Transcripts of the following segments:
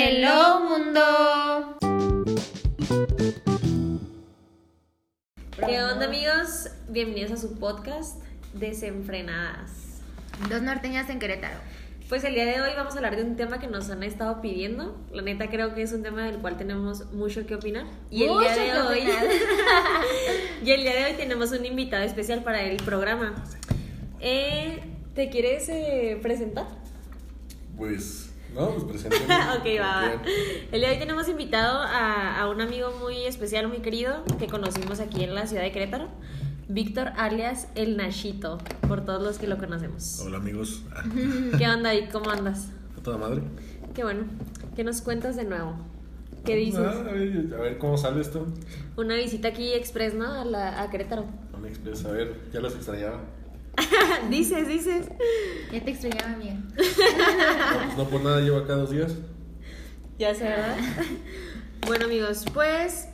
Hello mundo. ¿Qué onda amigos? Bienvenidos a su podcast Desenfrenadas. Dos norteñas en Querétaro. Pues el día de hoy vamos a hablar de un tema que nos han estado pidiendo. La neta creo que es un tema del cual tenemos mucho que opinar. Y el día Mucho de que hoy opinar. y el día de hoy tenemos un invitado especial para el programa. Eh, ¿Te quieres eh, presentar? Pues, no, pues presente. ok, va. va. El día de hoy tenemos invitado a, a un amigo muy especial, muy querido, que conocimos aquí en la ciudad de Querétaro, Víctor alias El Nachito, por todos los que lo conocemos. Hola amigos. Ah, ¿Qué onda y cómo andas? ¿A toda madre? Qué bueno. ¿Qué nos cuentas de nuevo? ¿Qué dices? Ah, a, ver, a ver cómo sale esto. Una visita aquí express, ¿no? A, la, a Querétaro. No me expreso, a ver, ya los extrañaba. dices, dices. Ya te extrañaba, amiga. No, pues no por nada llevo acá dos días. Ya sé, ¿verdad? bueno, amigos, pues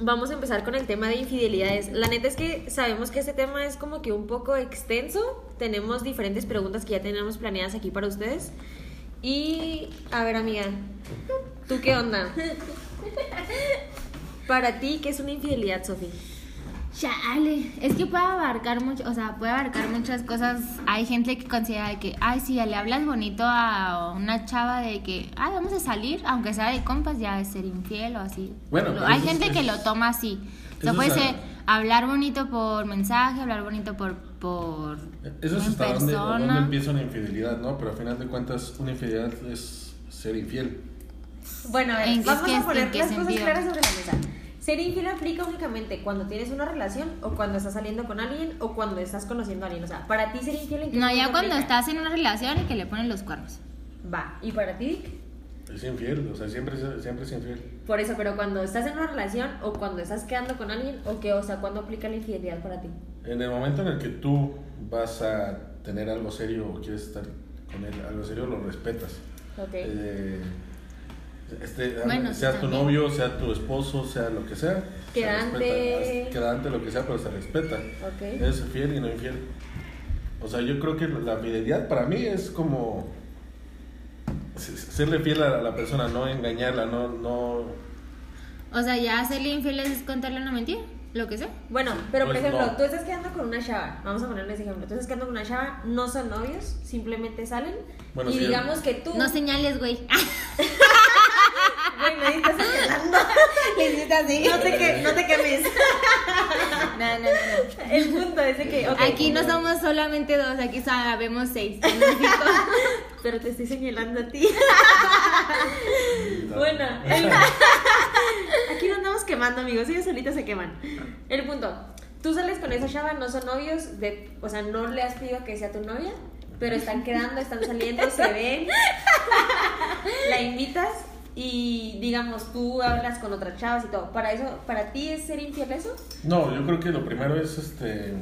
vamos a empezar con el tema de infidelidades. La neta es que sabemos que este tema es como que un poco extenso. Tenemos diferentes preguntas que ya tenemos planeadas aquí para ustedes. Y, a ver, amiga, ¿tú qué onda? Para ti, ¿qué es una infidelidad, Sofi? Chale, es que puede abarcar mucho, o sea, puede abarcar muchas cosas. Hay gente que considera de que, ay, si le hablas bonito a una chava de que, ay, vamos a salir, aunque sea de compas, ya es ser infiel o así. Bueno, Lo- pero hay eso es- gente que eso lo es- toma así. O sea, eso puede es ser a- hablar bonito por mensaje, hablar bonito por por Eso es en hasta donde, persona. donde empieza una infidelidad, ¿no? Pero al final de cuentas, una infidelidad es ser infiel. Bueno, a ver, ¿En qué- vamos qué- a poner en qué las sentido? cosas claras sobre la mesa. Ser infiel aplica únicamente cuando tienes una relación o cuando estás saliendo con alguien o cuando estás conociendo a alguien. O sea, para ti ser infiel en qué No, ya momento cuando aplica? estás en una relación y que le ponen los cuernos. Va, ¿y para ti, Dick? Es infiel, o sea, siempre, es- siempre es infiel. Por eso, pero cuando estás en una relación o cuando estás quedando con alguien o que, o sea, cuando aplica la infidelidad para ti. En el momento en el que tú vas a tener algo serio o quieres estar con él, algo serio, lo respetas. Ok. Eh, este, Bueno, sí, sea tu también. novio, sea tu esposo, sea lo que sea. se Quedante. respeta. Quedante, lo que sea, pero se respeta. Ok. Es fiel y no infiel. O sea, yo creo que la fidelidad para mí es como se- se- serle fiel a la persona, no engañarla, no, no O sea, ya serle infiel es contarle una mentira, lo que sea. Bueno, pero por Pues ejemplo, no. tú estás quedando con una chava. Vamos a ponerle ese ejemplo. Tú estás quedando con una chava, no son novios, simplemente salen. Bueno, y sí, digamos que tú. No señales, güey. Güey, nadie está señalando. No te, que, no te quemes. No, no, no. El punto es de que. ok, Aquí no somos solamente dos, aquí sabemos seis. tenemos cinco. Pero te estoy señalando a ti. Bueno, el- aquí no andamos quemando, amigos. Ellos solitos se queman. El punto: tú sales con esa chava, no son novios, de, o sea, no le has pedido que sea tu novia, pero están quedando, están saliendo, se ven. La invitas y, digamos, tú hablas con otras chavas y todo. ¿Para eso, para ti es ser infiel eso? No, yo creo que lo primero es este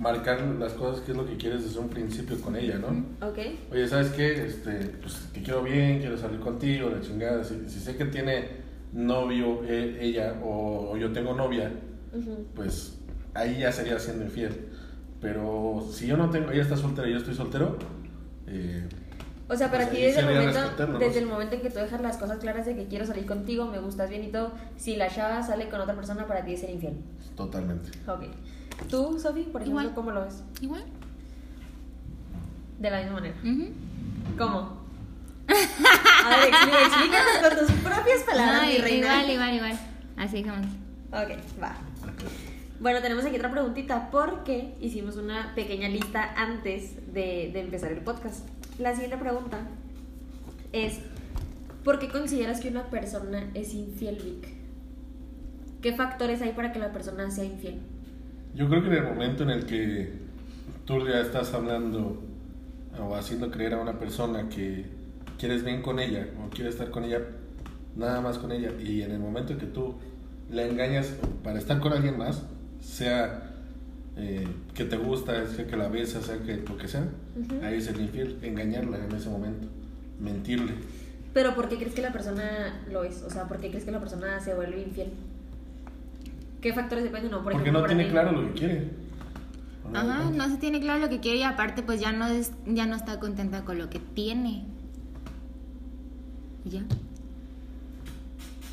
marcar las cosas que es lo que quieres desde un principio con ella, ¿no? Ok. Oye, ¿sabes qué? Este, pues te quiero bien, quiero salir contigo, la chingada. Si, si sé que tiene novio e- ella o, o yo tengo novia, Ujú. pues ahí ya sería siendo infiel. Pero si yo no tengo, ella está soltera y yo estoy soltero, eh, O sea, para Pues ti ahí desde el, sería momento, respetarlo, ¿no? desde el momento en que tú dejas las cosas claras de que quiero salir contigo, me gustas bien y todo, si la chava sale con otra persona, para ti es ser infiel. pues, totalmente. Ok. ¿Tú, Sofi, por ejemplo, Igual. cómo lo ves? Igual. De la misma manera. ujú. ¿Cómo? A ver, explí- explícanos con tus propias palabras, No, mi reina. igual, igual, igual. Así como. Ok, va. Bueno, tenemos aquí otra preguntita porque hicimos una pequeña lista antes de, de empezar el podcast. La siguiente pregunta es, ¿por qué consideras que una persona es infiel, Vic? ¿Qué factores hay para que la persona sea infiel? Yo creo que en el momento en el que tú ya estás hablando o haciendo creer a una persona que quieres bien con ella o quieres estar con ella, nada más con ella, y en el momento en que tú la engañas para estar con alguien más, sea eh, que te gusta, sea que la besas, sea que lo que sea, Ujú. ahí es el infiel, engañarla en ese momento, mentirle. Pero ¿por qué crees que la persona lo es? O sea, ¿por qué crees que la persona se vuelve infiel? ¿Qué factores dependen? No, por porque ejemplo, no para tiene ti. claro lo que quiere. Ajá, no se tiene claro lo que quiere y aparte, pues ya no, es, ya no está contenta con lo que tiene. Y Ya.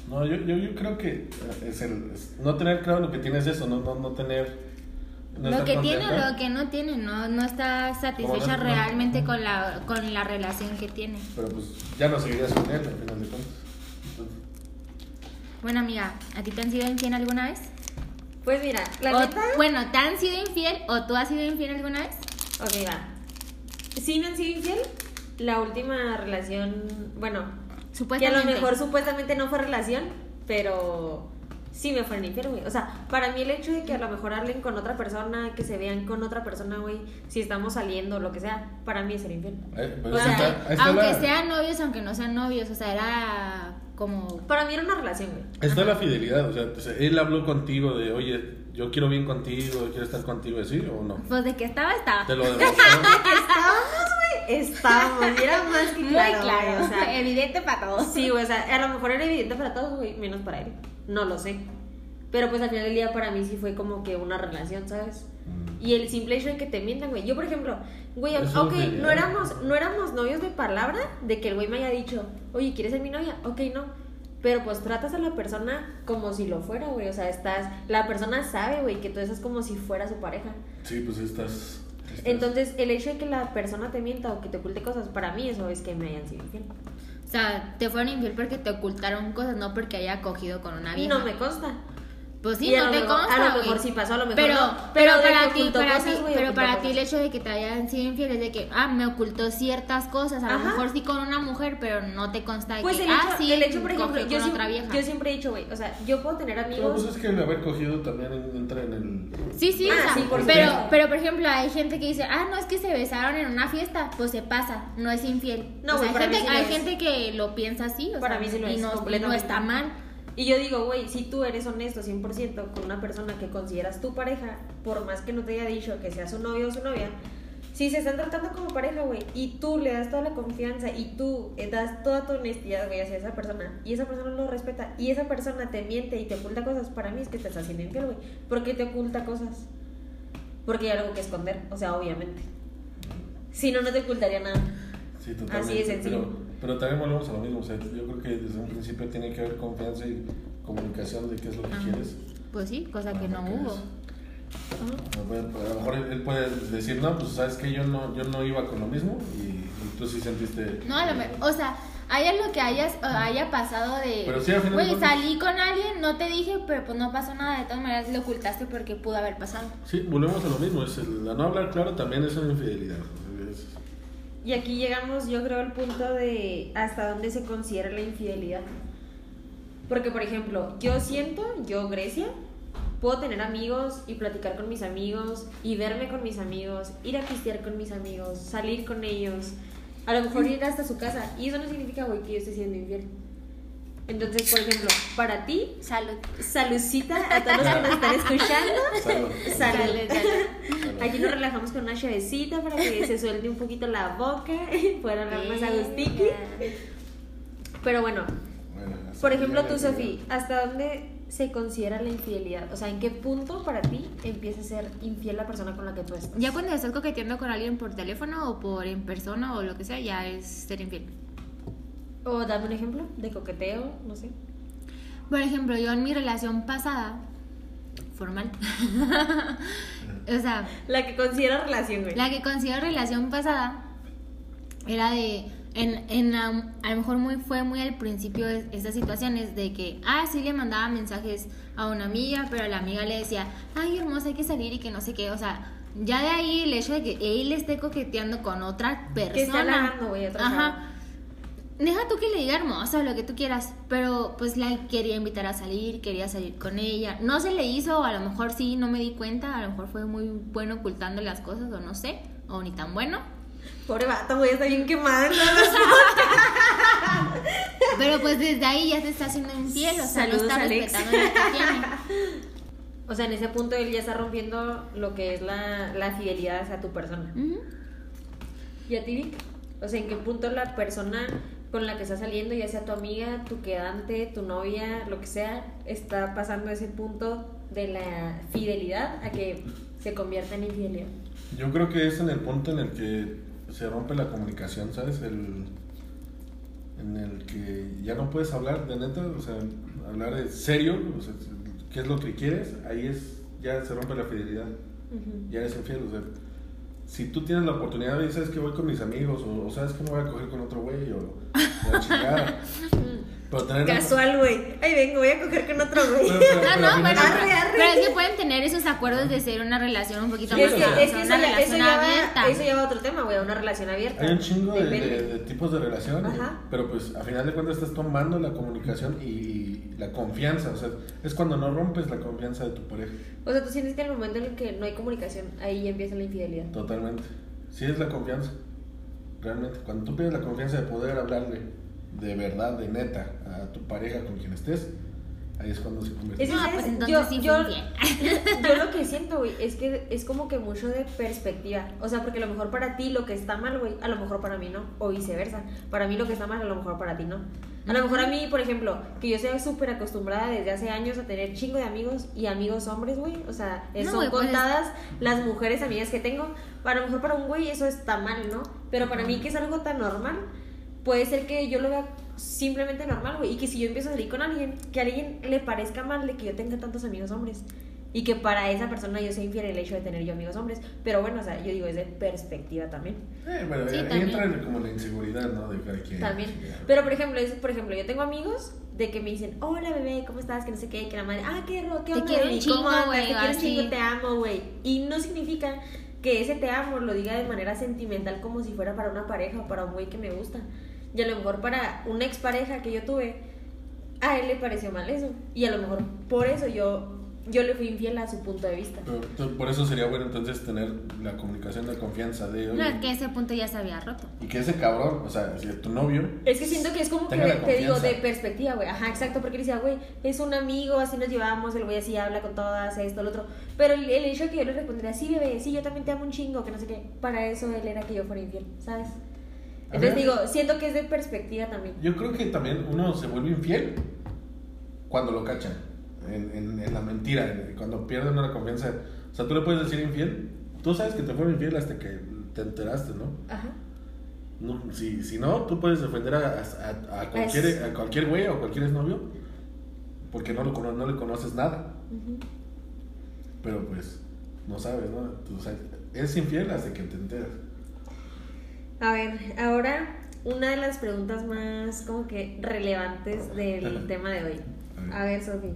No, yo, yo, yo creo que eh, es el, es no tener claro lo que tienes eso, no, no, no tener... lo no estar que tiene o contenta. lo que no tiene, no, no está Como satisfecha no- realmente con la, con la relación que tiene. Pero pues ya lo seguirías con él, al final de cuentas. Entonces, Bueno, amiga, ¿a ti te han sido infiel alguna vez? Pues mira, la O- neta. bueno, ¿te han sido infiel o tú has sido infiel alguna vez? Ok, va. Sí me han sido infiel. La última relación, bueno, que a Supuestamente. lo mejor supuestamente no fue relación, pero sí me fueron infiel, güey. O sea, para mí el hecho de que a lo mejor hablen con otra persona, que se vean con otra persona, güey, si estamos saliendo o lo que sea, para mí es ser infiel. ahí- pues O O ahí sea, está- ahí está aunque la- sean novios, aunque no sean novios, o sea, era como... Para mí era una relación, güey. Está la fidelidad, o sea, pues, él habló contigo de, oye, yo quiero bien contigo, quiero estar contigo, ¿sí o no? Pues de que estaba, estaba. Te lo demostró. Estábamos, güey. Estábamos, era más que Muy claro. claro, güey, o sea, evidente para todos. Sí, güey, o sea, a lo mejor era evidente para todos, güey, menos para él. No lo sé. Pero pues al final del día para mí sí fue como que una relación, ¿sabes? Y el simple hecho de que te mientan, güey. Yo, por ejemplo, güey, Eso ok, es no genial. éramos, no éramos novios de palabra de que el güey me haya dicho, oye, ¿quieres ser mi novia? Ok, no. Pero pues tratas a la persona como si lo fuera, güey. O sea, estás. La persona sabe, güey, que tú estás como si fuera su pareja. Sí, pues estás... estás- Entonces, el hecho de que la persona te mienta o que te oculte cosas, para mí eso es que me hayan sido infiel. O sea, te fueron infiel porque te ocultaron cosas, no porque haya cogido con una Y vieja. no me consta. Pues sí, Y a no lo te mejor- consta, a lo güey. mejor sí pasó, a lo mejor pero, no. Pero, Pero de que para ti, ocultó para cosas, ti, güey, pero ocultó para ti el cosas. hecho de que te hayan sido infiel es de que, ah, me ocultó ciertas cosas, a Ajá. lo mejor sí con una mujer, pero no te consta de Pues que, el hecho, ah, sí, el hecho, por ejemplo, cogió yo, con siem- otra vieja. yo siempre he dicho, güey, o sea, yo puedo tener No, pues amigos. es que el haber cogido también entra en el... Sí, sí, Ah, o sea, sí, por pero, supuesto. pero por ejemplo, hay gente que dice, ah, no, es que se besaron en una fiesta, pues se pasa, no es infiel. No, O sea, güey, para hay, mí gente, sí lo hay es. gente que lo piensa así, o Para sea, mí sí lo y es, no- y no completamente. está mal. Y yo digo, güey, si tú eres honesto 100% con una persona que consideras tu pareja, por más que no te haya dicho que sea su novio o su novia, si se están tratando como pareja, güey, y tú le das toda la confianza y tú eh, das toda tu honestidad, güey, hacia esa persona, y esa persona lo respeta, y esa persona te miente y te oculta cosas, para mí es que te estás haciendo infiel, güey. ¿Por qué te oculta cosas? Porque hay algo que esconder, o sea, obviamente. Si no, no te ocultaría nada. Sí, totalmente. Así de sencillo. Pero, pero también volvemos a lo mismo, o sea, yo creo que desde un principio tiene que haber confianza y comunicación de qué es lo que Ajá. quieres. Pues sí, cosa que no Ajá, ¿qué hubo. es? A ver, A lo mejor él, él puede decir, no, pues sabes que yo no, yo no iba con lo mismo y, y tú sí sentiste... No, a lo mejor, o sea, haya lo que hayas, o haya pasado de... Pero sí, al final de Güey, cuentas- salí con alguien, no te dije, pero pues no pasó nada, de todas maneras lo ocultaste porque pudo haber pasado. Sí, volvemos a lo mismo, es el, la no hablar claro también es una infidelidad. Es- Y aquí llegamos, yo creo, al punto de hasta dónde se considera la infidelidad. Porque, por ejemplo, yo siento, yo, Grecia, puedo tener amigos y platicar con mis amigos y verme con mis amigos, ir a pistear con mis amigos, salir con ellos, a lo mejor ir hasta su casa. Y eso no significa, güey, que yo esté siendo infiel. Entonces, por ejemplo, para ti, Salud. saludcita a todos los que nos están escuchando. Salud. Salud. Salud. Aquí nos relajamos con una chavecita para que se suelte un poquito la boca y puedan hablar más a gustiqui. Pero bueno, Bueno, así por que ejemplo ya tú, le- Sofi, ¿hasta dónde se considera la infidelidad? O sea, ¿en qué punto para ti empieza a ser infiel la persona con la que tú estás? Ya cuando estás coqueteando con alguien por teléfono o por en persona o lo que sea, ya es ser infiel. O dame un ejemplo de coqueteo, no sé. Por ejemplo, yo en mi relación pasada, formal, o sea, La que considera relación, güey. la que considero relación pasada era de, en, en la- a lo mejor muy fue muy al principio es- esas situaciones de que, ah, sí le mandaba mensajes a una amiga, pero la amiga le decía, ay, hermosa, hay que salir y que no sé qué, o sea, ya de ahí el hecho de que él esté coqueteando con otra persona. Que está halagando, güey, a otra Ajá. chava. Deja tú que le diga hermosa o lo que tú quieras, pero pues la quería invitar a salir, quería salir con ella. No se le hizo, o a lo mejor sí, no me di cuenta, a lo mejor fue muy bueno ocultando las cosas, o no sé, o ni tan bueno. Pobre vato, güey, está bien quemada. Pero pues desde ahí ya se está haciendo infiel, o sea, no Saludos, está Alex. respetando lo que tiene. O sea, en ese punto él ya está rompiendo lo que es la, la fidelidad hacia tu persona. Ujú. ¿Y a ti, Vic? O sea, ¿en qué punto la persona con la que estás saliendo, ya sea tu amiga, tu quedante, tu novia, lo que sea, está pasando ese punto de la fidelidad a que se convierta en infidelidad? Yo creo que es en el punto en el que se rompe la comunicación, ¿sabes? El, en el que ya no puedes hablar de neta, o sea, hablar de serio, o sea, qué es lo que quieres, ahí es, ya se rompe la fidelidad, Ujú. ya eres infiel, o sea, si tú tienes la oportunidad de sabes que voy con mis amigos, o, o sabes que me voy a coger con otro güey, o la chingada, pero tener la- Casual, güey. Ay, vengo, voy a coger con otro güey. Pero- pero- No, pero al no, final- pero, Arre, arre. pero es que pueden tener esos acuerdos de ser una relación un poquito Sí, más es o que, sea, abierta, es que pues, una eso, ya- eso relación ya va, abierta. eso ya va a otro tema, güey, a una relación abierta. Hay un chingo de, Depende. de- de tipos de relación, Ajá. pero pues a final de cuentas estás tomando la comunicación y la confianza, o sea, es cuando no rompes la confianza de tu pareja, O sea, tú sientes que en el momento en el que no hay comunicación, ahí ya empieza la infidelidad. totalmente. Si es la confianza, realmente, cuando tú pierdes la confianza de poder hablarle de verdad, de neta, a tu pareja con quien estés, ahí es cuando se convierte. Es que, No, ¿sabes? pues entonces sí fue yo, infiel. yo lo que siento, güey, es que es como que mucho de perspectiva. O sea, porque a lo mejor para ti lo que está mal, güey, a lo mejor para mí no. O viceversa. Para mí lo que está mal, a lo mejor para ti no. A lo mejor a mí, por ejemplo, que yo sea súper acostumbrada desde hace años a tener chingo de amigos y amigos hombres, güey. O sea, es- No, son güey, pues, contadas las mujeres amigas que tengo. A lo mejor para un güey eso está mal, ¿no? Pero para mí que es algo tan normal, puede ser que yo lo vea simplemente normal, güey. Y que si yo empiezo a salir con alguien, que a alguien le parezca mal de que yo tenga tantos amigos hombres. Y que para esa persona yo sea infiel el hecho de tener yo amigos hombres. Pero bueno, o sea, yo digo, es de perspectiva también. Eh, bueno, Sí, ahí también. entra el- como la inseguridad, ¿no? De cada quien. También. chingada. Pero por ejemplo, es, por ejemplo, yo tengo amigos de que me dicen, hola bebé, ¿cómo estás? Que no sé qué, que la madre, ah, qué ro, qué Te onda, quiero un baby? chingo, ¿Cómo andas? güey, Te o quiero un chingo, así. te amo, güey. Y no significa que ese te amo lo diga de manera sentimental como si fuera para una pareja o para un güey que me gusta. Y a lo mejor para una expareja que yo tuve, a él le pareció mal eso. Y a lo mejor por eso yo, yo le fui infiel a su punto de vista. Pero, entonces, por eso sería bueno entonces tener la comunicación, la confianza de... No, oye, es que ese punto ya se había roto. Y que ese cabrón, o sea, si tu novio, Es que siento que es como que, Tenga la te digo, confianza. de perspectiva, güey. Ajá, exacto, porque le decía, güey, es un amigo, así nos llevamos, el güey así habla con todas, esto, lo otro. Pero el, el hecho de que yo le respondiera, sí, bebé, sí, yo también te amo un chingo, que no sé qué, para eso él era que yo fuera infiel, ¿sabes? A Entonces ver. digo, siento que es de perspectiva también. yo creo que también uno se vuelve infiel cuando lo cachan, en, en- en la mentira, en- cuando pierden una confianza. O sea, tú le puedes decir infiel, tú sabes que te fueron infiel hasta que te enteraste, ¿no? Ajá. no si, si no, tú puedes defender a, a- a cualquier, a cualquier güey o cualquier exnovio porque no, lo, cono- no le conoces nada, ujú. pero pues no sabes, ¿no? Tú sabes, es infiel hasta que te enteras. A ver, ahora una de las preguntas más como que relevantes del tema de hoy. A A ver, Sofi,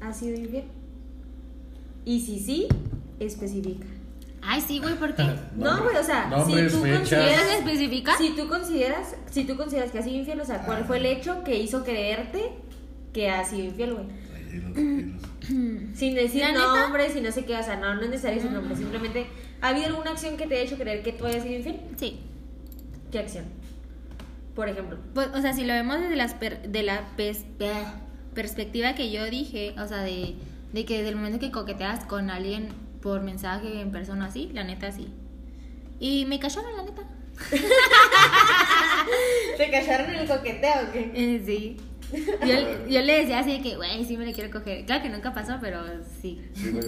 ¿has sido infiel? Y si sí, especifica. Ay, sí, güey, ¿por qué? No, güey, o sea, nombres, si tú fechas. ¿Quieres especificar? Si tú consideras, si tú consideras que has sido infiel, o sea, ¿cuál fue el hecho que hizo creerte que has sido infiel, güey? Tranquilos, tranquilos. Sin decir La neta. nombre, si no sé qué, o sea, no, no es necesario ese nombre, simplemente ¿ha habido alguna acción que te haya hecho creer que tú hayas sido infiel? Sí. ¿Qué acción? Por ejemplo. Pues, o sea, si lo vemos desde las per- de la pers- bleh, perspectiva que yo dije, o sea, de, de que desde el momento que coqueteas con alguien por mensaje en persona así, la neta sí. Y me callaron, la neta. ¿Te callaron en el coqueteo o qué? Eh, sí. Yo, yo le decía así de que, güey, sí me le quiero coger. Claro que nunca pasó, pero sí. Sí, güey,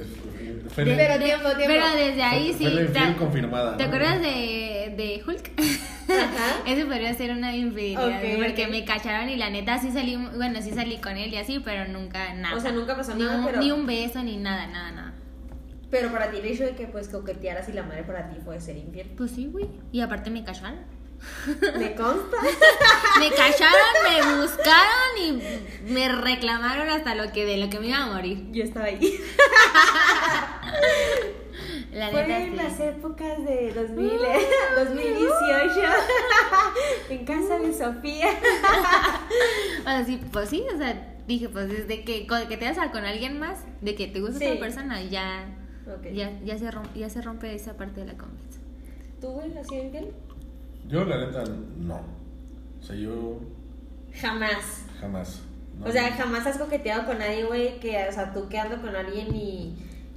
fue- fue- Pero tiempo, tiempo. Pero desde ahí Fue- sí. fue la infiel tra- confirmada, ¿Te ¿no? acuerdas de, de Hulk? Ajá. Eso podría ser una infidelidad, Ok, porque ok. me cacharon y la neta sí salí, bueno, sí salí con él y así, pero nunca nada. O sea, nunca pasó ni nada, un, pero- ni un beso, ni nada, nada, nada. Pero para ti el hecho de que pues coquetearas y la madre para ti fue ser infiel. Pues sí, güey. Y aparte me cacharon. ¿Me consta? Me cacharon, me buscaron y me reclamaron hasta lo que de lo que me iba a morir. Yo estaba ahí. La Fue neta en las sí. épocas de 2000, eh, 2018, en casa de Sofía. O sea, sí, pues sí, o sea, dije, pues desde que coqueteas a- con alguien más, de que te gusta Sí. esa persona, ya, Ok. ya, ya, se rompe, ya se rompe esa parte de la confianza. ¿Tú, güey, has sido infiel? Yo, la neta, no. O sea, yo Jamás. jamás. no. O sea, jamás has coqueteado con nadie, güey, que, o sea, tú quedando con alguien y,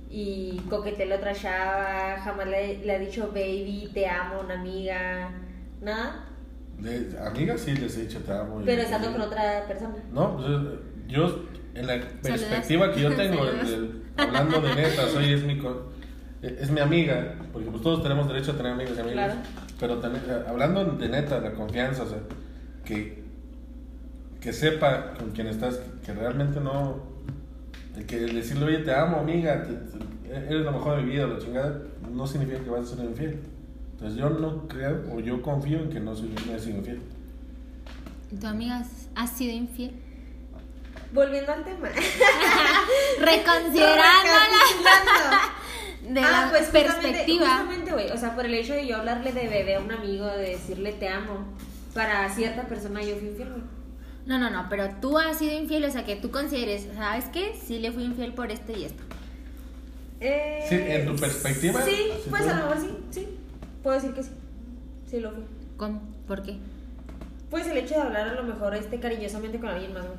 y coqueteé la otra chava, jamás le, le has dicho, baby, te amo, una amiga, nada, De amigas sí les he dicho te amo. y- pero estando con otra persona. No, pues, eh, yo, en la perspectiva que yo tengo, Saludas. del- hablando de netas, oye, es mi, co- eh, es mi amiga, porque pues todos tenemos derecho a tener amigos y amigas. Claro. Pero también, eh, hablando de neta, la confianza, o sea, que que sepa con quien estás, que realmente no. el que decirle, oye, te amo, amiga, te- te- eres lo mejor de mi vida, la chingada, no significa que vas a ser infiel. Entonces yo no creo, o yo confío en que no soy, no he sido infiel. ¿Tu amiga has- ha sido infiel? Volviendo al tema. Reconsiderándola Recapitulando. de ah, la pues perspectiva. Justamente, güey. O sea, por el hecho de yo hablarle de bebé a un amigo, de decirle te amo, para cierta persona yo fui infiel, güey. No, no, no, pero tú has sido infiel, o sea, que tú consideres, ¿sabes qué? Sí le fui infiel por esto y esto. Eh, Sí, en tu perspectiva, Sí, sí, pues tú. a lo mejor sí, sí. Puedo decir que sí. Sí lo fui. ¿Cómo? ¿Por qué? Pues el hecho de hablar a lo mejor este cariñosamente con alguien más, güey.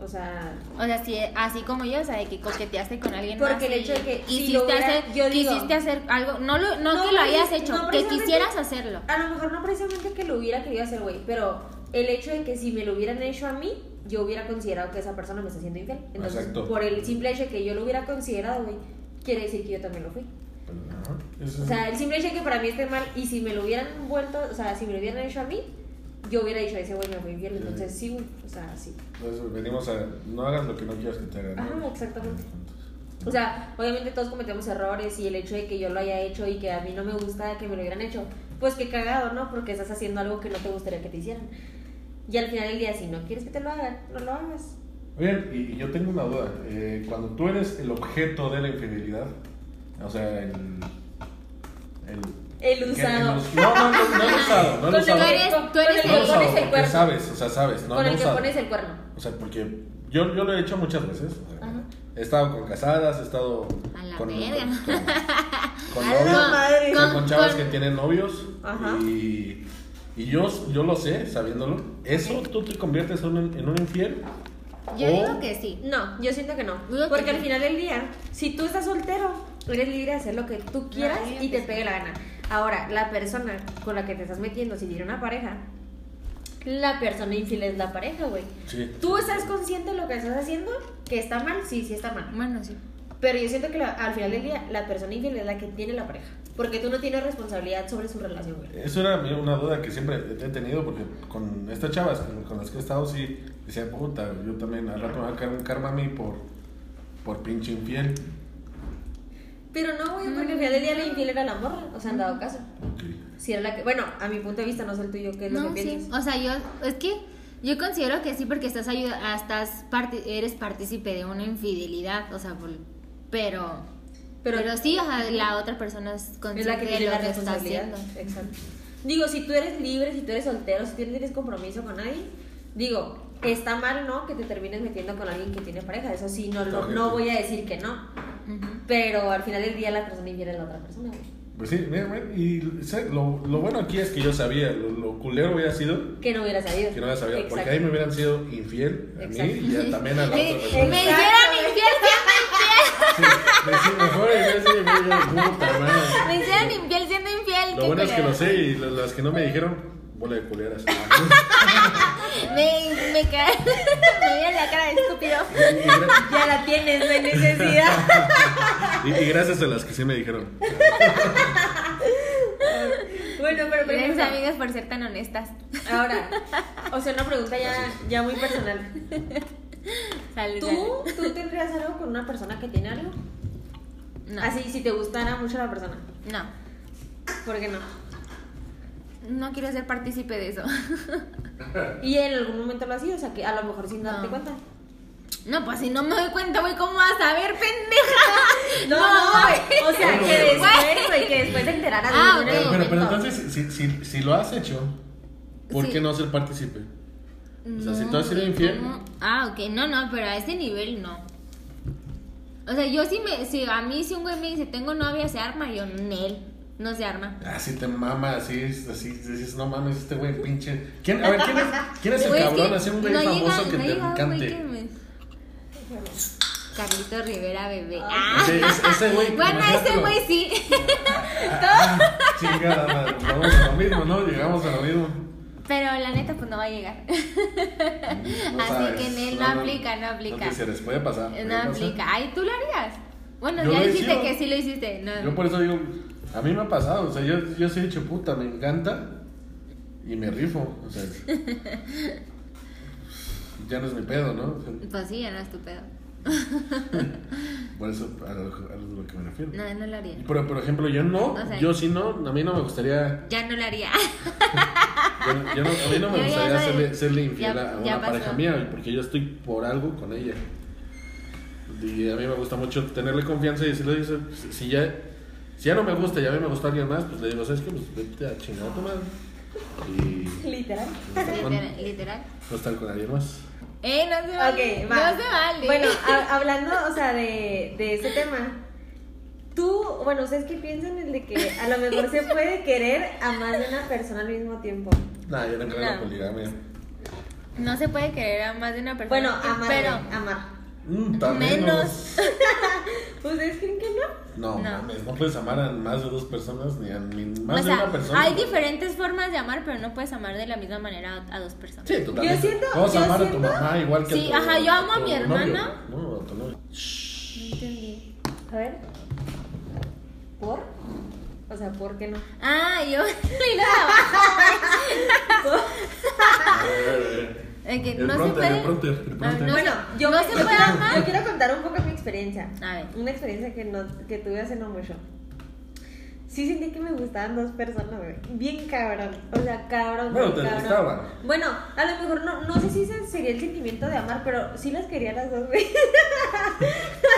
O sea, O sea, si, así como yo, o sea, de que coqueteaste con alguien Porque más el y hecho de que si quisiste, lo hubiera- hacer, yo digo- quisiste hacer algo, no, lo, no, No, que lo precis- hayas hecho, no, que precisamente- quisieras hacerlo. a lo mejor no precisamente que lo hubiera querido hacer, güey, pero el hecho de que si me lo hubieran hecho a mí, yo hubiera considerado que esa persona me está haciendo infiel. Entonces, Exacto. por el simple hecho de que yo lo hubiera considerado, güey, quiere decir que yo también lo fui. Pero, ajá, eso O es- sea, el simple hecho de que para mí esté mal y si me lo hubieran vuelto, o sea, si me lo hubieran hecho a mí, yo hubiera dicho, ese güey me fue infiel, entonces sí, güey, o sea, sí. Entonces venimos a, no hagas lo que no quieras que te hagan. ¿no? Ajá, exactamente. O sea, obviamente todos cometemos errores y el hecho de que yo lo haya hecho y que a mí no me gusta que me lo hubieran hecho, pues qué cagado, ¿no? Porque estás haciendo algo que no te gustaría que te hicieran. Y al final del día, si no quieres que te lo hagan, no lo hagas. Oigan, y y yo tengo una duda. eh, cuando tú eres el objeto de la infidelidad, o sea, el. El, El que- usado. el us- no, no, no, no el usado. No el Con el usado. que que- eres- con- tú eres con No el el que usado, pones el porque cuerno. sabes, o sea, sabes. No, con no el que usado. pones el cuerno. O sea, porque yo, yo lo he hecho muchas veces. o sea, Ajá. He estado con casadas, he estado. A la con, verga. con- con A la novios, madre. o sea, Con- con chavas con- que tienen novios. Ajá. Y, y yo, yo lo sé, sabiéndolo. ¿Eso tú te conviertes en un, en un infiel? Yo o- digo que sí. No, yo siento que no. Dudo que Porque al sí. final del día, si tú estás soltero, eres libre de hacer lo que tú quieras yo y que te sí. pegue la gana. Ahora, la persona con la que te estás metiendo, si tiene una pareja, la persona infiel es la pareja, güey. Sí. ¿Tú estás consciente de lo que estás haciendo? ¿Que está mal? Sí, sí está mal. Bueno, sí. Pero yo siento que la- al final del día, la persona infiel es la que tiene la pareja. Porque tú no tienes responsabilidad sobre su relación, güey. Eso era mi- una duda que siempre he tenido porque con estas chavas con, con las que he estado, sí, decía, puta, yo también al rato me va a caer un karma a mí por, por pinche infiel. Pero no, güey, porque al final del día Mm. la infiel era la morra. O sea, han dado caso. Ok. Si era la que. Bueno, a mi punto de vista, no es el tuyo, que es lo No, que sí. piensas. O sea, yo, es que yo considero que sí porque estás ayuda, estás parti- eres partícipe de una infidelidad, o sea, por- pero, pero, Pero- sí, o sea, la otra persona es consciente Es la de que tiene lo la que está responsabilidad. haciendo. Exacto. Digo, si tú eres libre, si tú eres soltero, si tú no tienes compromiso con nadie, digo, está mal, ¿no? Que te termines metiendo con alguien que tiene pareja. Eso sí, no, no, no voy a decir que no. Ujú. Pero al final del día la persona infiel es la otra persona, güey. Pues sí, mira, mira, y ¿sabes? lo, lo bueno aquí es que yo sabía, lo, lo culero hubiera sido Que no hubiera sabido. que no había sabido, Exacto. porque ahí me hubieran sido infiel a mí Exacto. y ya también a la Me, otra persona. me Exacto. hicieron infiel, Sí, me hicieron- me fueron infiel, sí, me hicieron, puta madre. me hicieron infiel siendo infiel. Lo qué bueno es que culero. lo sé y lo- las que no me dijeron, bola de culeras. Ah, Me, me cae, me vieron la cara de estúpido. Y- y gra- Ya la tienes, no hay necesidad. Y, y gracias a las que sí me dijeron. bueno, pero por Gracias, ejemplo, amigas, por ser tan honestas. ahora, o sea, una pregunta ya, ya muy personal. Salud, ¿Tú, ¿Tú tendrías algo con una persona que tiene algo? salud. No. Así, si te gustara mucho la persona. No. ¿Por qué no? No quiero ser partícipe de eso. Y en algún momento lo has sido, o sea, que a lo mejor sin darte No. cuenta. No, pues si no me doy cuenta, güey, ¿cómo vas a ver, pendeja? No, no, güey. O sea, que Güey. después, güey, que después te enteraras Ah, de ok. Pero, pero, pero momento. entonces, si, si, si lo has hecho, ¿por Sí. qué no ser partícipe? O sea, si No, tú has sido güey, infiel. ¿cómo? Mm, Ah, ok, no, no, pero a ese nivel no. O sea, yo sí me. Si a mí, si un güey me dice, tengo novia, se arma, yo, Nel, no se arma. Ah, si te mama, así, así, dices, no mames, este güey pinche. ¿Quién, a ver, ¿quién es, quién es el Güey, cabrón? que Así un güey no famoso llega- no que te llega un güey encante. que me- Carlito Rivera, bebé. Ah. Ese- ese- ese güey. Bueno, ese imagínatelo. güey sí. Ah, chingada, madre, vamos a lo mismo, ¿no? Llegamos a lo mismo. Pero la neta, pues no va a llegar. No Así sabes, que en él no aplica, no aplica. No quisieras, puede pasar. puede No pasar. aplica. Ay, tú lo harías. Bueno, Yo ya lo he dijiste sido. que sí lo hiciste. No. Yo por eso digo, a mí me ha pasado, o sea, yo, yo sí he dicho, puta, me encanta y me rifo, o sea. ya no es mi pedo, ¿no? O sea, Pues sí, era estúpido. Por eso, a lo, a lo que me refiero. No, no lo haría. Pero, por ejemplo, yo no, O sea, yo sí no, a mí no me gustaría, Ya no lo haría. yo no- yo no- a mí no me Yo ya gustaría soy- serle, serle infiel ya- a ya una pareja pasó. mía, porque yo estoy por algo con ella. Y a mí me gusta mucho tenerle confianza y decirle, dice, si- si ya, si ya no me gusta y a mí me gusta alguien más, pues le digo, ¿sabes qué? Pues vete a chingar a tu madre. Y Literal. no estar con, Literal. literal. no estar con alguien más. Eh, no se vale. Ok, va. no se vale. Bueno, ah. ha- hablando, o sea, de, de ese tema. Tú, bueno, ¿ustedes qué piensan? El de que a lo mejor se puede querer a más de una persona al mismo tiempo. Nah, yo no creo en la No. poligamia. no se puede querer a más de una persona. Bueno, amar. Pero, Amar. Mm, tan Menos. ¿Ustedes creen que no? No. No, mames, no puedes amar a más de dos personas ni a ni más o de una sea, persona. hay diferentes formas de amar, pero no puedes amar de la misma manera a- a dos personas. Sí, totalmente. Yo siento- Vamos a yo amar a siento- tu mamá igual que a Sí, tu- ajá, yo amo a tu mi hermana. novio. No, a tu novio. No entendí. A ver. ¿Por? O sea, ¿por qué no? Ah, yo leí la de abajo. Es que El no se pronter, puede. el pronter, el No, pronter. no bueno, se- yo, no yo se puede quiero, yo amar. quiero contar un poco mi experiencia. A ver. Una experiencia que, no, que tuve hace no mucho. Sí sentí que me gustaban dos personas, güey. Bien cabrón. O sea, cabrón. Bueno, bien te cabrón. gustaban. Bueno, a lo mejor no, no sé si ese sería el sentimiento de amar, pero sí las quería las dos, güey.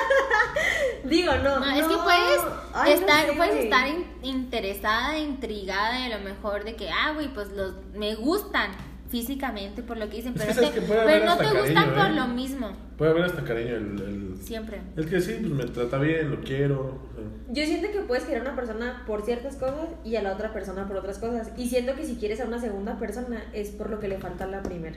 Digo, no. No, es que puedes Ay, no estar, sé, puedes güey. estar in- interesada, intrigada, y a lo mejor de que, ah, güey, pues los me gustan físicamente por lo que dicen, Es pero, que sabes te- que puede pero haber no te hasta gustan cariño, por ¿eh? lo mismo, Puede haber hasta cariño el, el- siempre. Es que sí, pues me trata bien, lo quiero. eh, o Yo sea, siento que puedes querer a una persona por ciertas cosas y a la otra persona por otras cosas. Y siento que si quieres a una segunda persona es por lo que le falta a la primera.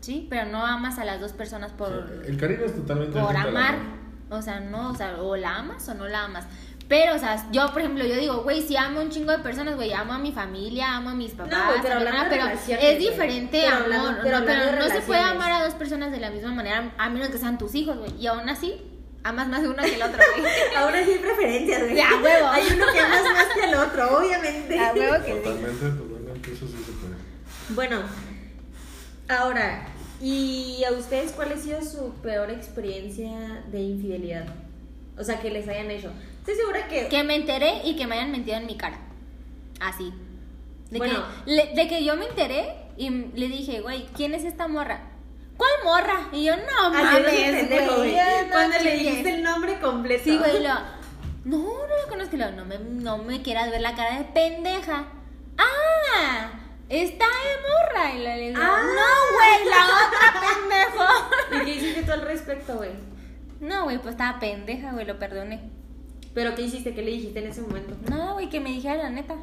Sí, pero no amas a las dos personas por, o sea, el cariño es totalmente por diferente al amar. amor. O sea, no, o sea, o la amas o no la amas. Pero, o sea, yo, por ejemplo, yo digo, güey, sí amo a un chingo de personas, güey, amo a mi familia, amo a mis papás, No, güey, pero a mi hablando hermana, de pero relaciones, es güey. diferente Pero amor, ¿no? hablando- pero pero no, hablando de se relaciones. puede amar a dos personas de la misma manera, a menos que sean tus hijos, güey, y aún así, amas más de uno que el otro, güey. Ahora sí hay preferencias, güey. Ya, huevo. Hay uno que amas más que el otro, obviamente. A huevo que sí. Totalmente, totalmente, eso sí se puede. Bueno, ahora, ¿y a ustedes cuál ha sido su peor experiencia de infidelidad? O sea, que les hayan hecho. Estoy segura que... Que me enteré y que me hayan mentido en mi cara. Así. De, Bueno. que, le- de que yo me enteré y m- le dije, güey, ¿quién es esta morra? ¿Cuál morra? Y yo, no Así mames, eres un pendejo, güey. güey. ya no Cuando le chingues". dijiste el nombre completo. Sí, güey, y lo... No, no la conozco. Y lo, no me, no me quieras ver la cara de pendeja. ¡Ah! Esta morra. Y le digo, Ah. no, güey, la otra pendejo. ¿Y qué hiciste tú al respecto, güey? No, güey, pues estaba pendeja, güey, lo perdoné. ¿Pero qué hiciste? ¿Qué le dijiste en ese momento? Nada, güey, que me dijera la neta.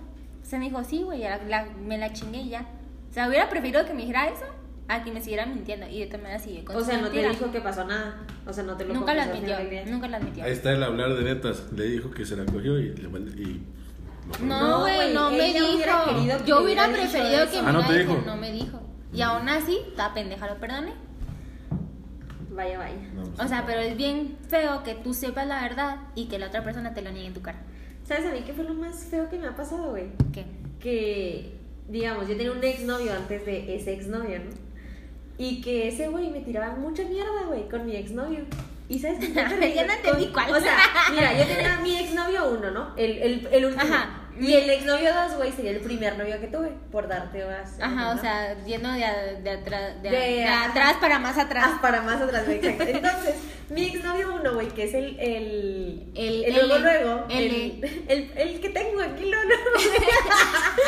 Se me dijo, sí, güey, ya la- la- me la chingué y ya. O sea, hubiera preferido que me dijera eso a que me siguiera mintiendo. Y de todas maneras siguió con O su sea, no te mentira. dijo que pasó nada. O sea, no te lo Nunca lo confesó al admitió, final del día. nunca lo admitió. Ahí está el hablar de netas. Le dijo que se la cogió y le vale- y lo perdonó. No, güey, no, me ella dijo. hubiera querido que Yo te hubiera hubiera dicho preferido eso. que Ah, me ¿no hubiera te dicho, dijo? no me dijo. Y aún así, está pendeja, lo perdoné. Vaya, vaya. No, pues, O sea, no. pero es bien feo que tú sepas la verdad y que la otra persona te lo niegue en tu cara. ¿Sabes a mí qué fue lo más feo que me ha pasado, güey? ¿Qué? Que, digamos, yo tenía un exnovio antes de ese exnovio, ¿no? Y que ese güey me tiraba mucha mierda, güey, con mi exnovio. ¿Y sabes qué? Ya no entendí Con- cuál. O sea, mira, yo tenía mi exnovio uno, ¿no? El, el, el último. Ajá. Y el exnovio dos, güey, sería el primer novio que tuve, por darte más. Ajá, ¿no? o sea, yendo de, a- de atrás, de, a- De- de atrás para más atrás. Ah, para más atrás, güey, exacto. Entonces, mi exnovio uno, güey, que es el. El, El- el luego, el- luego. el- El, el, el que tengo aquí, no, no.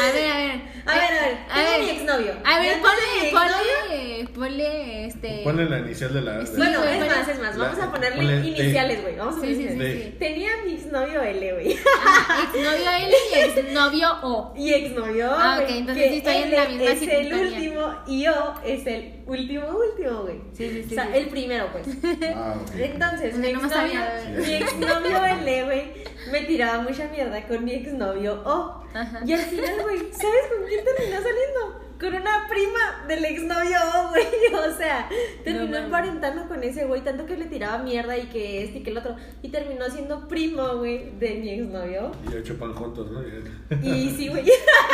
A ver, eh, a ver. Ah, A ver, a ver, tengo mi exnovio. A ver, Ya tengo ponle, mi ponle, exnovio. ponle, este. Ponle la inicial de la. de- Sí, bueno, güey, es bueno. más, es más. Vamos La- a ponerle ponle T. iniciales, güey. Vamos a Sí, ponerle sí, sí, De- sí. Tenía mi exnovio L, güey. Ajá, exnovio L y exnovio O. Y exnovio O. Ah, ok, güey, entonces que sí estoy en la L misma Es el sintonía. último y O es el último, último, güey. Sí, sí, sí, O sea, sí, el sí. primero, pues. Ah, ok. Entonces, mi Yo nomás exnovio, sabía. mi exnovio L, güey, me tiraba mucha mierda con mi exnovio O. Ajá. Y al final, güey, ¿sabes con quién terminó saliendo? Con una prima del exnovio O, güey. O sea, terminó mames. emparentando con ese güey, tanto que le tiraba mierda y que este y que el otro. Y terminó siendo primo, güey, de mi exnovio. Y ya chupan juntos, ¿no? Y- Y sí, güey.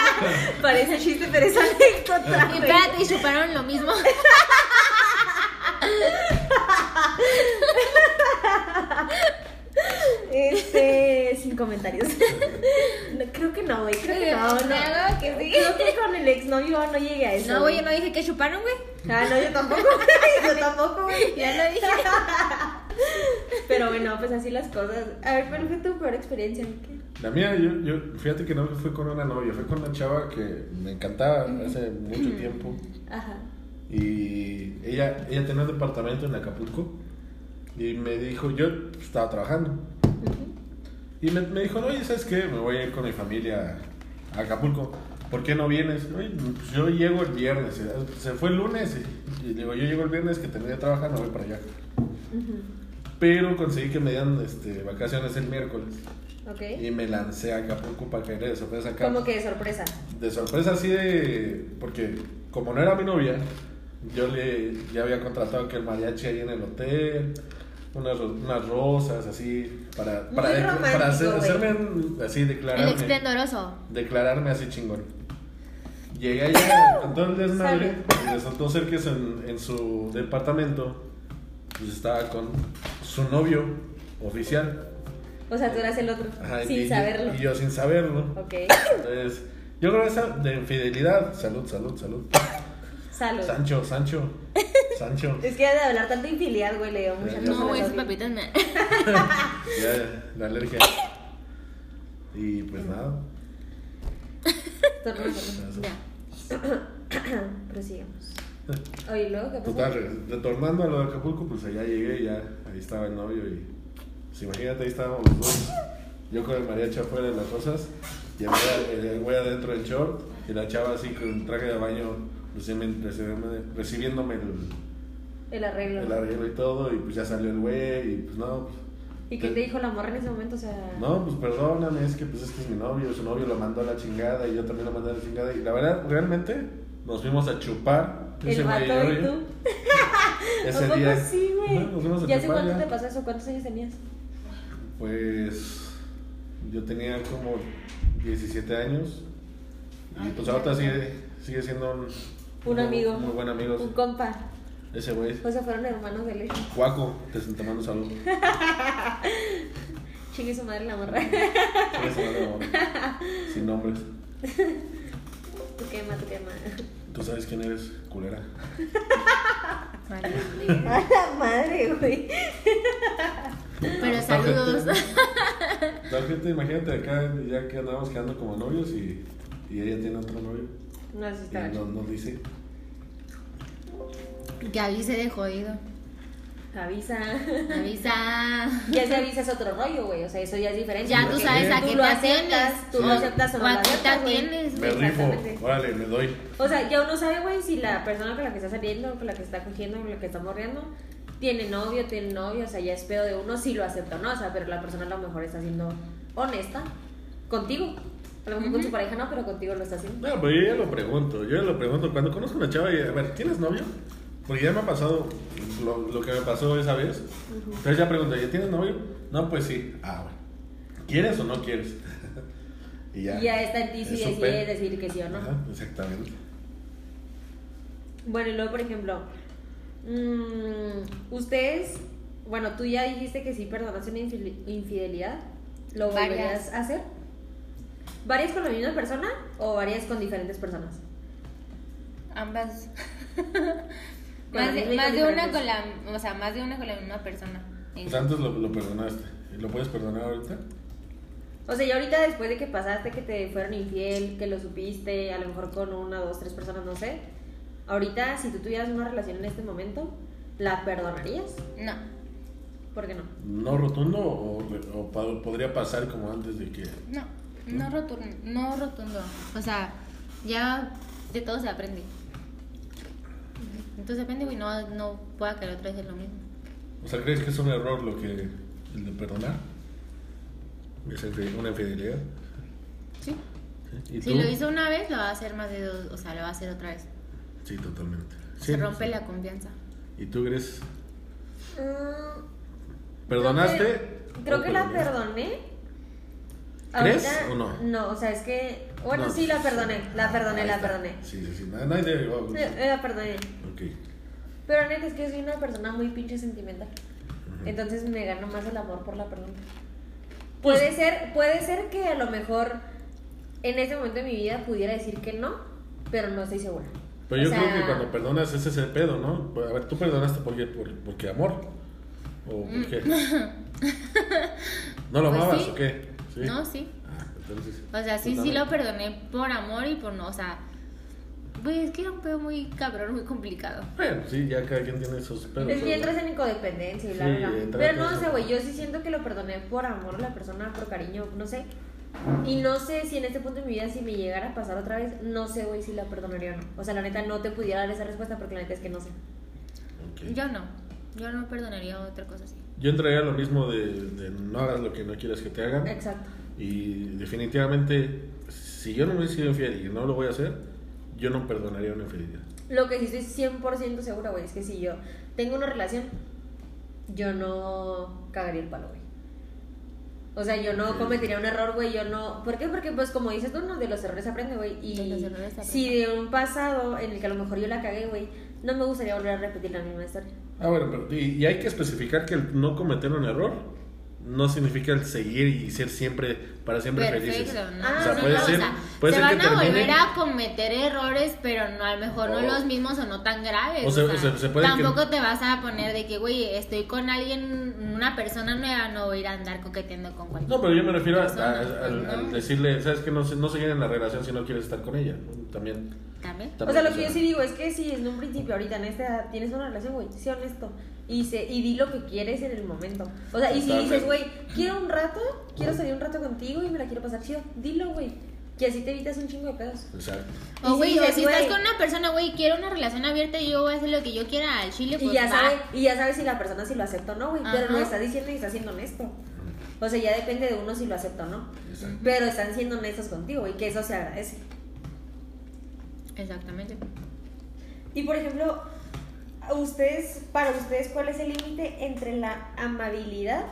Parece chiste, pero es anécdota. Y güey. espérate, y chuparon lo mismo. Este, comentarios. No, creo que no, güey. Creo que Eh, no, no. claro que sí. Creo que con el exnovio no llegue a eso. No, güey, yo no dije que chuparon, güey. Ah, no, yo tampoco. yo tampoco, güey. Ya lo dije. Pero bueno, pues así las cosas. A ver, ¿cuál fue tu peor experiencia? Miquel? La mía, yo, yo, fíjate que no fue con una novia, fue con una chava que me encantaba hace mucho tiempo. Ajá. Y ella, ella tenía un departamento en Acapulco y me dijo, yo estaba trabajando. Y me, me dijo, oye, ¿sabes qué? Me voy a ir con mi familia a Acapulco. ¿Por qué no vienes? Oye, pues yo llego el viernes. eh, Se fue el lunes y, y digo, yo llego el viernes que tenía que trabajar, no voy para allá. Pero conseguí que me dieran este, vacaciones el miércoles Ok. y me lancé a Acapulco para caer de sorpresa acá. Como que de sorpresa. De sorpresa así de... Porque como no era mi novia, yo le ya había contratado que el mariachi ahí en el hotel, unas, ro- unas rosas así, para, Muy para, de- romántico, para hacer- güey. hacerme un- así, El declararme, esplendoroso. declararme así chingón. Llegué allá con todo el desmadre y resultó ser que es en, en su departamento pues estaba con su novio oficial. O sea, tú eras el otro. Ajá, y- sin y- saberlo. Y yo sin saberlo. Ok. Entonces, yo creo que esa de infidelidad. Salud, salud, salud. Salud. Sancho, Sancho, Sancho. Es que de hablar tanto infiliar, güey, le dio mucha No, No, güey, es esos papitas me. Ya, la alergia. Y pues nada. eso. Ya. Prosigamos. Oye, ¿y luego qué pasó? Total, re- retornando a lo de Acapulco, pues allá llegué, ya ahí estaba el novio y. Pues imagínate, ahí estábamos los dos. Yo con el mariachi afuera de las cosas y el güey- el el güey adentro del short y la chava así con traje de baño recibiéndome, recibiéndome- recibiéndome el, El arreglo. el arreglo y todo. Y pues ya salió el güey y pues no, pues, ¿Y qué te dijo la morra en ese momento? O sea. No, pues perdóname, es que pues este es mi novio, su novio lo mandó a la chingada y yo también lo mandé a la chingada. Y la verdad, realmente nos fuimos a chupar. El güey y vato yo, y tú. ¿A Ese poco día. sí, güey? Ajá, nos fuimos a ¿Y hace chupar, cuánto ya. te pasó eso? ¿Cuántos años tenías? Pues yo tenía como 17 años. Y pues ahorita sigue, sigue siendo un, Un amigo. Muy buen amigo. Un compa. Ese güey. O sea, fueron hermanos de leche. Guaco, te te mando un saludo. Chingue su madre la morra. Sigue siendo de amor. Sin nombres. Tu quema, tu quema. Tú sabes quién eres, culera. A la madre, güey. Pero saludos. La gente, imagínate acá, ya que andábamos quedando como novios y, y ella tiene otro novio. No, sí Y está nos, gacho. nos dice. Que avise de jodido. Avisa. Avisa. Ya se avisa es otro rollo, güey. O sea, eso ya es diferente. Ya tú porque sabes a tú qué lo te aceptas, atiendes. Tú lo Sí. aceptas o O no lo a qué te aceptas, güey. atiendes, Me güey. rifo, Exactamente. órale, le doy. O sea, ya uno sabe, güey, si la persona con la que está saliendo, con la que está cogiendo, con la que está morreando, tiene novio, tiene novio, o sea, ya es pedo de uno si lo acepta o no, o sea, pero la persona a lo mejor está siendo honesta contigo. A lo mejor con su pareja no, pero contigo lo está haciendo. No, pero yo ya lo pregunto, yo ya lo pregunto. Cuando conozco a una chava y, a ver, ¿tienes novio? Porque ya me ha pasado lo, lo que me pasó esa vez. Entonces ya pregunto, ¿ya tienes novio? No, pues sí. Ah, bueno. ¿Quieres o no quieres? y ya. Y ya está en ti si Es su decide pedo. decir que sí o no. Ajá, exactamente. Bueno, y luego, por ejemplo, mm, ustedes, bueno, tú ya dijiste que sí perdonaste una infil- infidelidad, ¿lo Varias. volverías a hacer? ¿Varias con la misma persona o varias con diferentes personas? Ambas. Con la más de, misma y más con de una diferentes. con la, o sea, más de una con la misma persona. Pues antes lo, lo perdonaste. ¿Y ¿Lo puedes perdonar ahorita? O sea, ya ahorita después de que pasaste, que te fueron infiel, que lo supiste, a lo mejor con una, dos, tres personas, no sé. Ahorita, si tú tuvieras una relación en este momento, ¿la perdonarías? No. ¿Por qué no? ¿No rotundo o, o pa- podría pasar como antes de que... No, no rotundo, no rotundo. O sea, ya de todo se aprende. Entonces depende, güey, no, no pueda caer otra vez en lo mismo. O sea, ¿crees que es un error lo que... el de perdonar? ¿Es infi- una infidelidad? Sí. ¿Y Si tú? lo hizo una vez, lo va a hacer más de dos, o sea, lo va a hacer otra vez. Sí, totalmente. Sí. Se rompe la confianza. ¿Y tú crees? ¿Perdonaste? Mm, Creo que, creo o que la perdonaste? perdoné. ¿Crees Ahorita- o no? No, o sea, es que. Bueno, No. sí, la perdoné, la perdoné, Ahí la está. perdoné. Sí, sí, sí. Nada- Nadie... oh, Eh, eh, La perdoné. ok. Pero neta, es que yo soy una persona muy pinche sentimental. Entonces me gano más el amor por la perdona. Puede ser, puede ser que a lo mejor en este momento de mi vida pudiera decir que no, pero no estoy segura. Pero yo O sea, creo que cuando perdonas ese es el pedo, ¿no? Pues, A ver, tú perdonaste porque, por, porque amor. ¿O por qué? ¿No lo Mm. Pues amabas sí. o qué? ¿Sí? No, sí. Ah, entonces. O sea, sí, Pues, sí a lo ver. perdoné por amor y por no. O sea, güey, es que era un pedo muy cabrón, muy complicado. Bueno, sí, ya cada quien tiene sus pedos. es que pero- entras en codependencia y bla, Sí, bla, bla. entras Pero en no sé, eso. güey, yo sí siento que lo perdoné por amor a la persona, por cariño, no sé. Y no sé si en este punto de mi vida, si me llegara a pasar otra vez, no sé, güey, si la perdonaría o no. O sea, la neta, no te pudiera dar esa respuesta porque la neta es que no sé. Ok. Yo no. Yo no perdonaría otra cosa así. Yo entraría a lo mismo de, de no hagas lo que no quieres que te hagan. Exacto. Y definitivamente, si yo no me he sido infiel y no lo voy a hacer, yo no perdonaría una infidelidad. Lo que sí estoy 100% segura, güey, es que si yo tengo una relación, yo no cagaría el palo, güey. O sea, yo no Ok. cometería un error, güey, yo no... ¿Por qué? Porque, pues, como dices tú, no, de los errores se aprende, güey. De los Y errores se si de un pasado en el que a lo mejor yo la cagué, güey, no me gustaría volver a repetir la misma historia. Ah, bueno, pero y, y hay que especificar que el no cometer un error no significa el seguir y ser siempre, para siempre felices. Perfecto, ¿no? Ah, O sea, no, puede no, ser- puede se ser que van a volver termine- a cometer errores, pero no a lo mejor no O- los mismos o no tan graves. o se- se- se puede que- tampoco te vas a poner de que, güey, estoy con alguien, una persona nueva, no voy a ir a andar coqueteando con cualquier. No, pero yo me refiero a, persona, a- a- al, ¿no? al decirle, ¿sabes que No, se- no se en la relación si no quieres estar con ella. ¿no? También. También. O sea, lo que yo sí sí digo es que si en un principio, ahorita en esta edad, tienes una relación, güey, sé honesto. Y, se, y di lo que quieres en el momento. O sea, y si Totalmente. dices, güey, quiero un rato, quiero salir un rato contigo y me la quiero pasar chido, dilo, güey. Que así te evitas un chingo de pedos. Exacto. O, Y güey, si o dices, si estás güey- con una persona, güey, quiero una relación abierta y yo voy a hacer lo que yo quiera al chile, pues Y ya, va. sabe, y ya sabes si la persona si lo acepta o no, güey. Pero Ajá. no está diciendo y está siendo honesto. O sea, ya depende de uno si lo acepta o no. Exacto. Pero están siendo honestos contigo, güey, que eso se agradece. Exactamente. Y por ejemplo, a ustedes, para ustedes, ¿cuál es el límite entre la amabilidad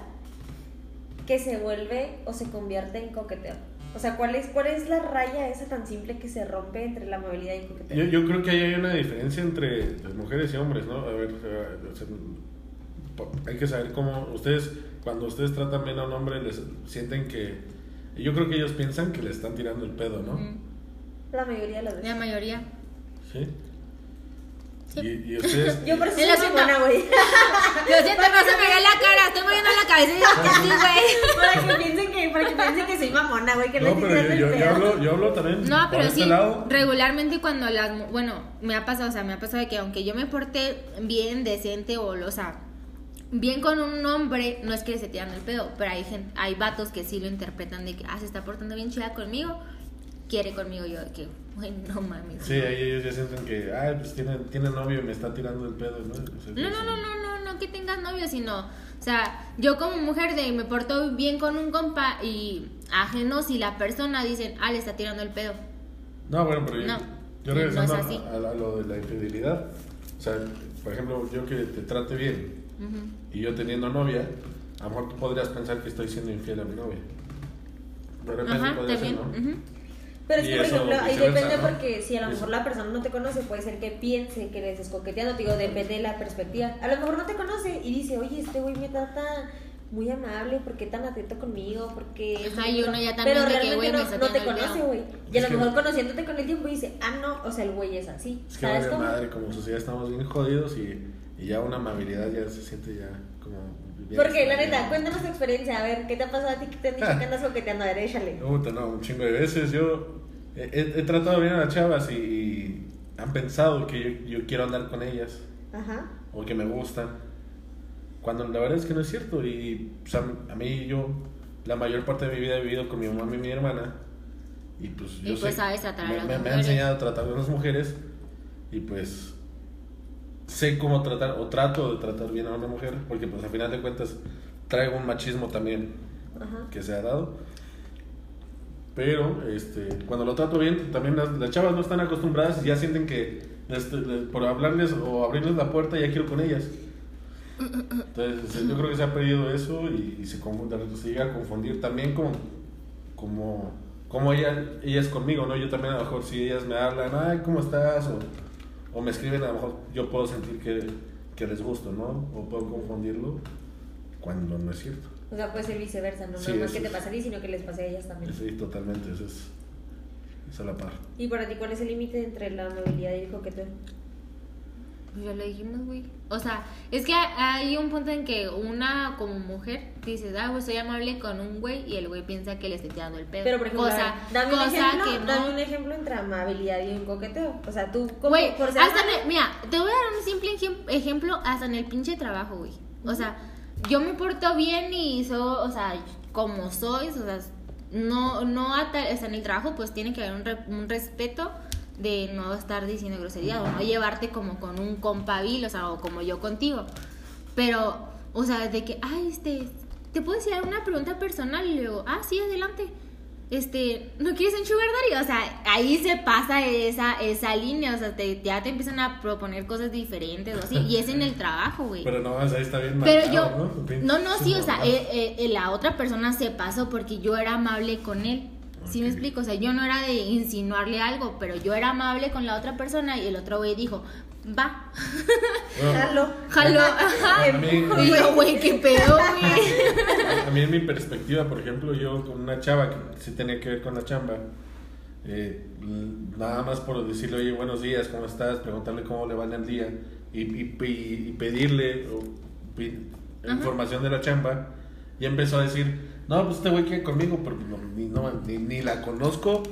que se vuelve o se convierte en coqueteo? O sea, ¿cuál es, cuál es la raya esa tan simple que se rompe entre la amabilidad y el coqueteo? Yo, yo creo que ahí hay una diferencia entre las mujeres y hombres, ¿no? A ver, eh, o sea, po- hay que saber cómo ustedes, cuando ustedes tratan bien a un hombre, les sienten que... Yo creo que ellos piensan que le están tirando el pedo, ¿no? Mm, La mayoría de las La veces. mayoría. Sí. Sí. Y, y ustedes... Yo por eso Es la soy siento. buena, güey. Lo siento, no se me ve la cara, estoy moviendo la cabeza y digo que sí, güey. para que piensen que, para que piensen que soy mamona, güey, que no, no, estoy pero tirando yo, el yo- yo pedo. hablo, yo hablo también No, por pero este sí, lado. regularmente cuando las... mu- Bueno, me ha pasado, o sea, me ha pasado de que aunque yo me porté bien, decente o, o sea, bien con un hombre, no es que se tiran el pedo, pero hay gente, hay vatos que sí lo interpretan de que, ah, se está portando bien chida conmigo, quiere conmigo yo, de que, güey, no mames. Sí, ahí ellos ya sienten que, ay, pues tiene, tiene novio y me está tirando el pedo, ¿no? O sea, No, sí. no, no, no, no, no que tengas novio, sino, o sea, yo como mujer de me porto bien con un compa y ajeno si la persona dicen, ah, le está tirando el pedo. No, bueno, pero yo- No. yo regresando No es así. a, a lo de la infidelidad, o sea, por ejemplo, yo que te trate bien Ujú. y yo teniendo novia, a lo mejor tú podrías pensar que estoy siendo infiel a mi novia. De repente Ajá, podría también. ser, ¿no? ujú. Pero es Y que, por eso ejemplo, ahí viceversa, depende ¿no? porque si a lo Eso. mejor la persona no te conoce, puede ser que piense que le estás coqueteando. Te Digo, depende de la perspectiva. A lo mejor no te conoce y dice, oye, este güey me trata muy amable, ¿por qué tan atento conmigo? porque Ajá, y uno ya también Pero de que, realmente güey, me no, está no te tirando el conoce, pedo. güey. Y a Es lo que- mejor conociéndote con el tiempo dice, ah, no, o sea, el güey es así. Es que ¿Sabes vale cómo? madre, como sociedad estamos bien jodidos y, y ya una amabilidad ya se siente ya como... bien Porque, la extraña. neta, cuéntanos tu experiencia. A ver, ¿qué te ha pasado a ti que te han dicho que andas coqueteando? A ver, échale. Puta, no, un chingo de veces. Yo he, he- he tratado bien a las chavas y, y han pensado que yo, yo quiero andar con ellas Ajá. o que me gustan. Cuando la verdad es que no es cierto. Y pues, a, a mí yo la mayor parte de mi vida he vivido con mi mamá y mi hermana. Y pues Y, yo pues, sé- sabes tratar a me, las me- me ha mujeres. enseñado a tratar a las mujeres y pues sé cómo tratar o trato de tratar bien a una mujer porque pues al final de cuentas traigo un machismo también Ajá. que se ha dado. Pero este, cuando lo trato bien, también las, las chavas no están acostumbradas y ya sienten que les- les- por hablarles o abrirles la puerta ya quiero con ellas. Entonces este, yo creo que se ha perdido eso y, y se, confu- de repente se llega a confundir también con como, como ella, ellas conmigo, ¿no? Yo también a lo mejor si ellas me hablan, ay, ¿cómo estás? O, o me escriben, a lo mejor yo puedo sentir que, que les gusto, ¿no? O puedo confundirlo cuando no es cierto. O sea, puede ser viceversa, no Sí, nada más eso que te es. pase a ti, sino que les pase a ellas también. Sí, totalmente, eso es, es a la par. ¿Y para ti cuál es el límite entre la amabilidad y el coqueteo? Eh, Pues Ya lo dijimos, güey. O sea, es que hay un punto en que una como mujer dice, ah, pues soy amable con un güey y el güey piensa que le estoy tirando el pedo. Pero por ejemplo, cosa, dame, un cosa ejemplo, que no. dame un ejemplo entre amabilidad y un coqueteo. O sea, tú como Güey, por ser hasta amable- en el- mira, te voy a dar un simple ejem- ejemplo hasta en el pinche trabajo, güey. O sea, yo me porto bien y soy, o sea, como soy, o sea, no, no ata- o sea, en el trabajo pues tiene que haber un, re- un respeto de no estar diciendo grosería o no llevarte como con un compabil, o sea, o como yo contigo. Pero, o sea, de que, ay, este, te puedo decir una pregunta personal y luego, ah, sí, adelante. Este, ¿no quieres un sugar daddy? O sea, ahí se pasa esa, esa línea, o sea, te, ya te empiezan a proponer cosas diferentes o así, y es en el trabajo, güey. Pero no, o sea, ahí está bien Pero yo, marcado, ¿no? Bien no, no, sí, o sea, subnormal. eh, eh, eh, la otra persona se pasó porque yo era amable con él. ¿Sí me Ok. explico? O sea, yo no era de insinuarle algo, pero yo era amable con la otra persona y el otro güey dijo, va, Bueno, Jalo. jaló. Ajá. a mí- Y yo, güey, qué pedo, güey. A mí en mi perspectiva, por ejemplo, yo con una chava que sí tenía que ver con la chamba, eh, l- nada más por decirle, oye, buenos días, ¿cómo estás? Preguntarle cómo le va en el día y, y- y- y pedirle o pi- información de la chamba. Y empezó a decir, no, pues este güey quiere conmigo, pero no, ni, no, ni, ni la conozco.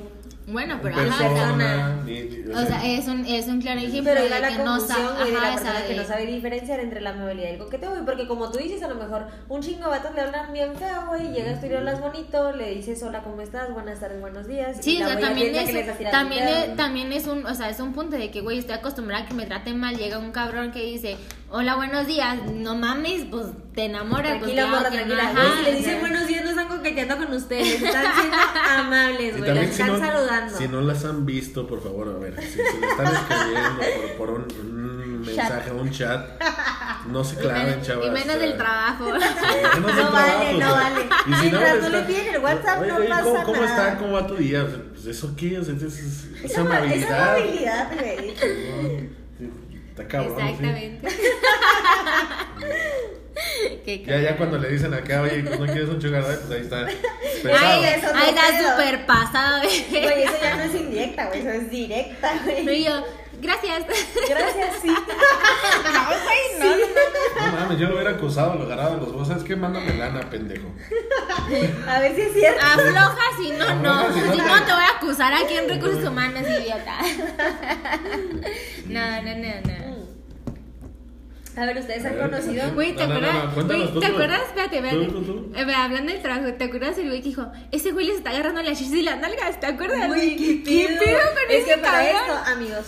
Bueno, pero en ajá, o sea, persona, ni- ni- o sea, es un, es un claro ejemplo Pero de era la que no sabe, confusión, güey, de la ajá, o sea, persona que de- no sabe diferenciar entre la amabilidad y el coqueteo, güey, porque como tú dices, a lo mejor un chingo de vatos le hablan bien feo, güey, y llegas tú y le hablas bonito, le dices hola, ¿cómo estás? Buenas tardes, buenos días. y Sí, la o sea, güey también piensa es, que le estás tirando también, el es- pedo. también es un, o sea, es un punto de que, güey, estoy acostumbrada a que me traten mal, llega un cabrón que dice, hola, buenos días, no mames, pues te enamoras, pues Tranquila, claro morra, que no, tranquila. ajá, Güey, si le o dicen sea, buenos días, no están coqueteando con ustedes, están siendo amables, Y güey, las también si están no, saludando. si no las han visto, por favor, a ver, si se le están escribiendo por, por un, un mensaje, un chat, no se y claven, menos- chavas. eh, y menos o sea, del trabajo. sí, menos del No vale, no trabajo, o sea, vale. y si no, Mientras no está- le piden el WhatsApp, Oye, no oye, ¿cómo, pasa ¿Cómo nada. está? ¿Cómo va tu día? O sea, Pues eso qué, o sea, es, es, es Esa ma- esa amabilidad. amabilidad, güey. Sí, Está cabrón, sí. Exactamente. Qué Ya, ya cuando le dicen acá, oye, pues no quieres un sugar daddy, pues ahí está. Ay, pesado. es otro ay, eh. pedo. está súper pasado, Güey, eso ya no es indirecta, güey, eso es directa, Pero güey. yo, gracias. Gracias, sí. No mames, yo lo hubiera acusado, lo agarraba de los dos. ¿Sabes qué? Mándame lana, pendejo. A ver si es cierto. Afloja si no, no. Afloja, si no, Si te- no, te voy a acusar aquí en recursos humanos, idiota. No, no, no, no. A ver, ¿ustedes han A ver, conocido? sí. Güey, ¿te No, no, no, acuerdas? no, cuéntanos güey, tú, ¿Te tú. acuerdas? Espérate, espérate. Tú, tú, tú. Eh, ve, hablando del trabajo, ¿te acuerdas el güey que dijo, ese güey les está agarrando las chichis y las nalgas? ¿Te acuerdas? Güey, ¿Qué pedo con Es ese que para cabrón? esto, amigos,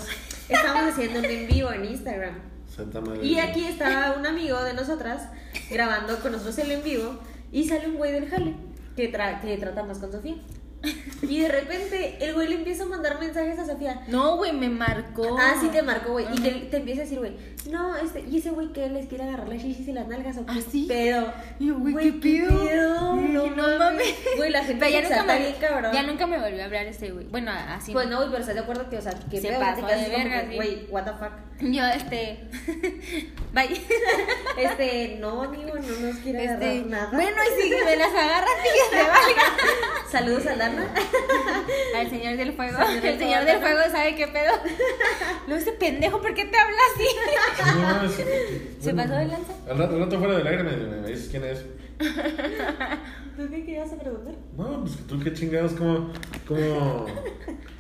estamos haciendo un en vivo en Instagram. Santa madre. Y aquí estaba un amigo de nosotras grabando con nosotros el en vivo y sale un güey del jale que, tra- que tratamos con Sofía. Y de repente el güey le empieza a mandar mensajes a Sofía. No, güey, me marcó. Ah, sí te marcó, güey. Y Oh. Ajá. te, te empieza a decir, güey, no, este, y ese güey que les quiere agarrar las chichis y las nalgas o qué ¿Ah, sí? pedo. Y yo, güey, ¿qué pedo? Ay, No, no mames. mames. Güey, la gente Pero ya se nunca, exalta me, bien, cabrón. ya nunca me volvió a hablar ese güey. Bueno, así. Pues no, güey, pero estás de acuerdo que, o sea, que Se pedo, pasó te quedas de así como que, verga, sí. güey, what the fuck. Yo, este. Bye. Este, no, amigo, no nos quiere Este, agarrar nada. Bueno, y si me las agarras, sí, que te valga. Saludos a Lana. Al señor del fuego. Señor del el señor fuego, del ¿no? fuego sabe qué pedo. No, ese pendejo, ¿por qué te habla así? No mames. ¿Se Bueno, pasó de lanza? Al rato, al rato fuera del aire me, me- me dices quién es. ¿Tú qué querías preguntar? No, pues tú qué chingados, como. como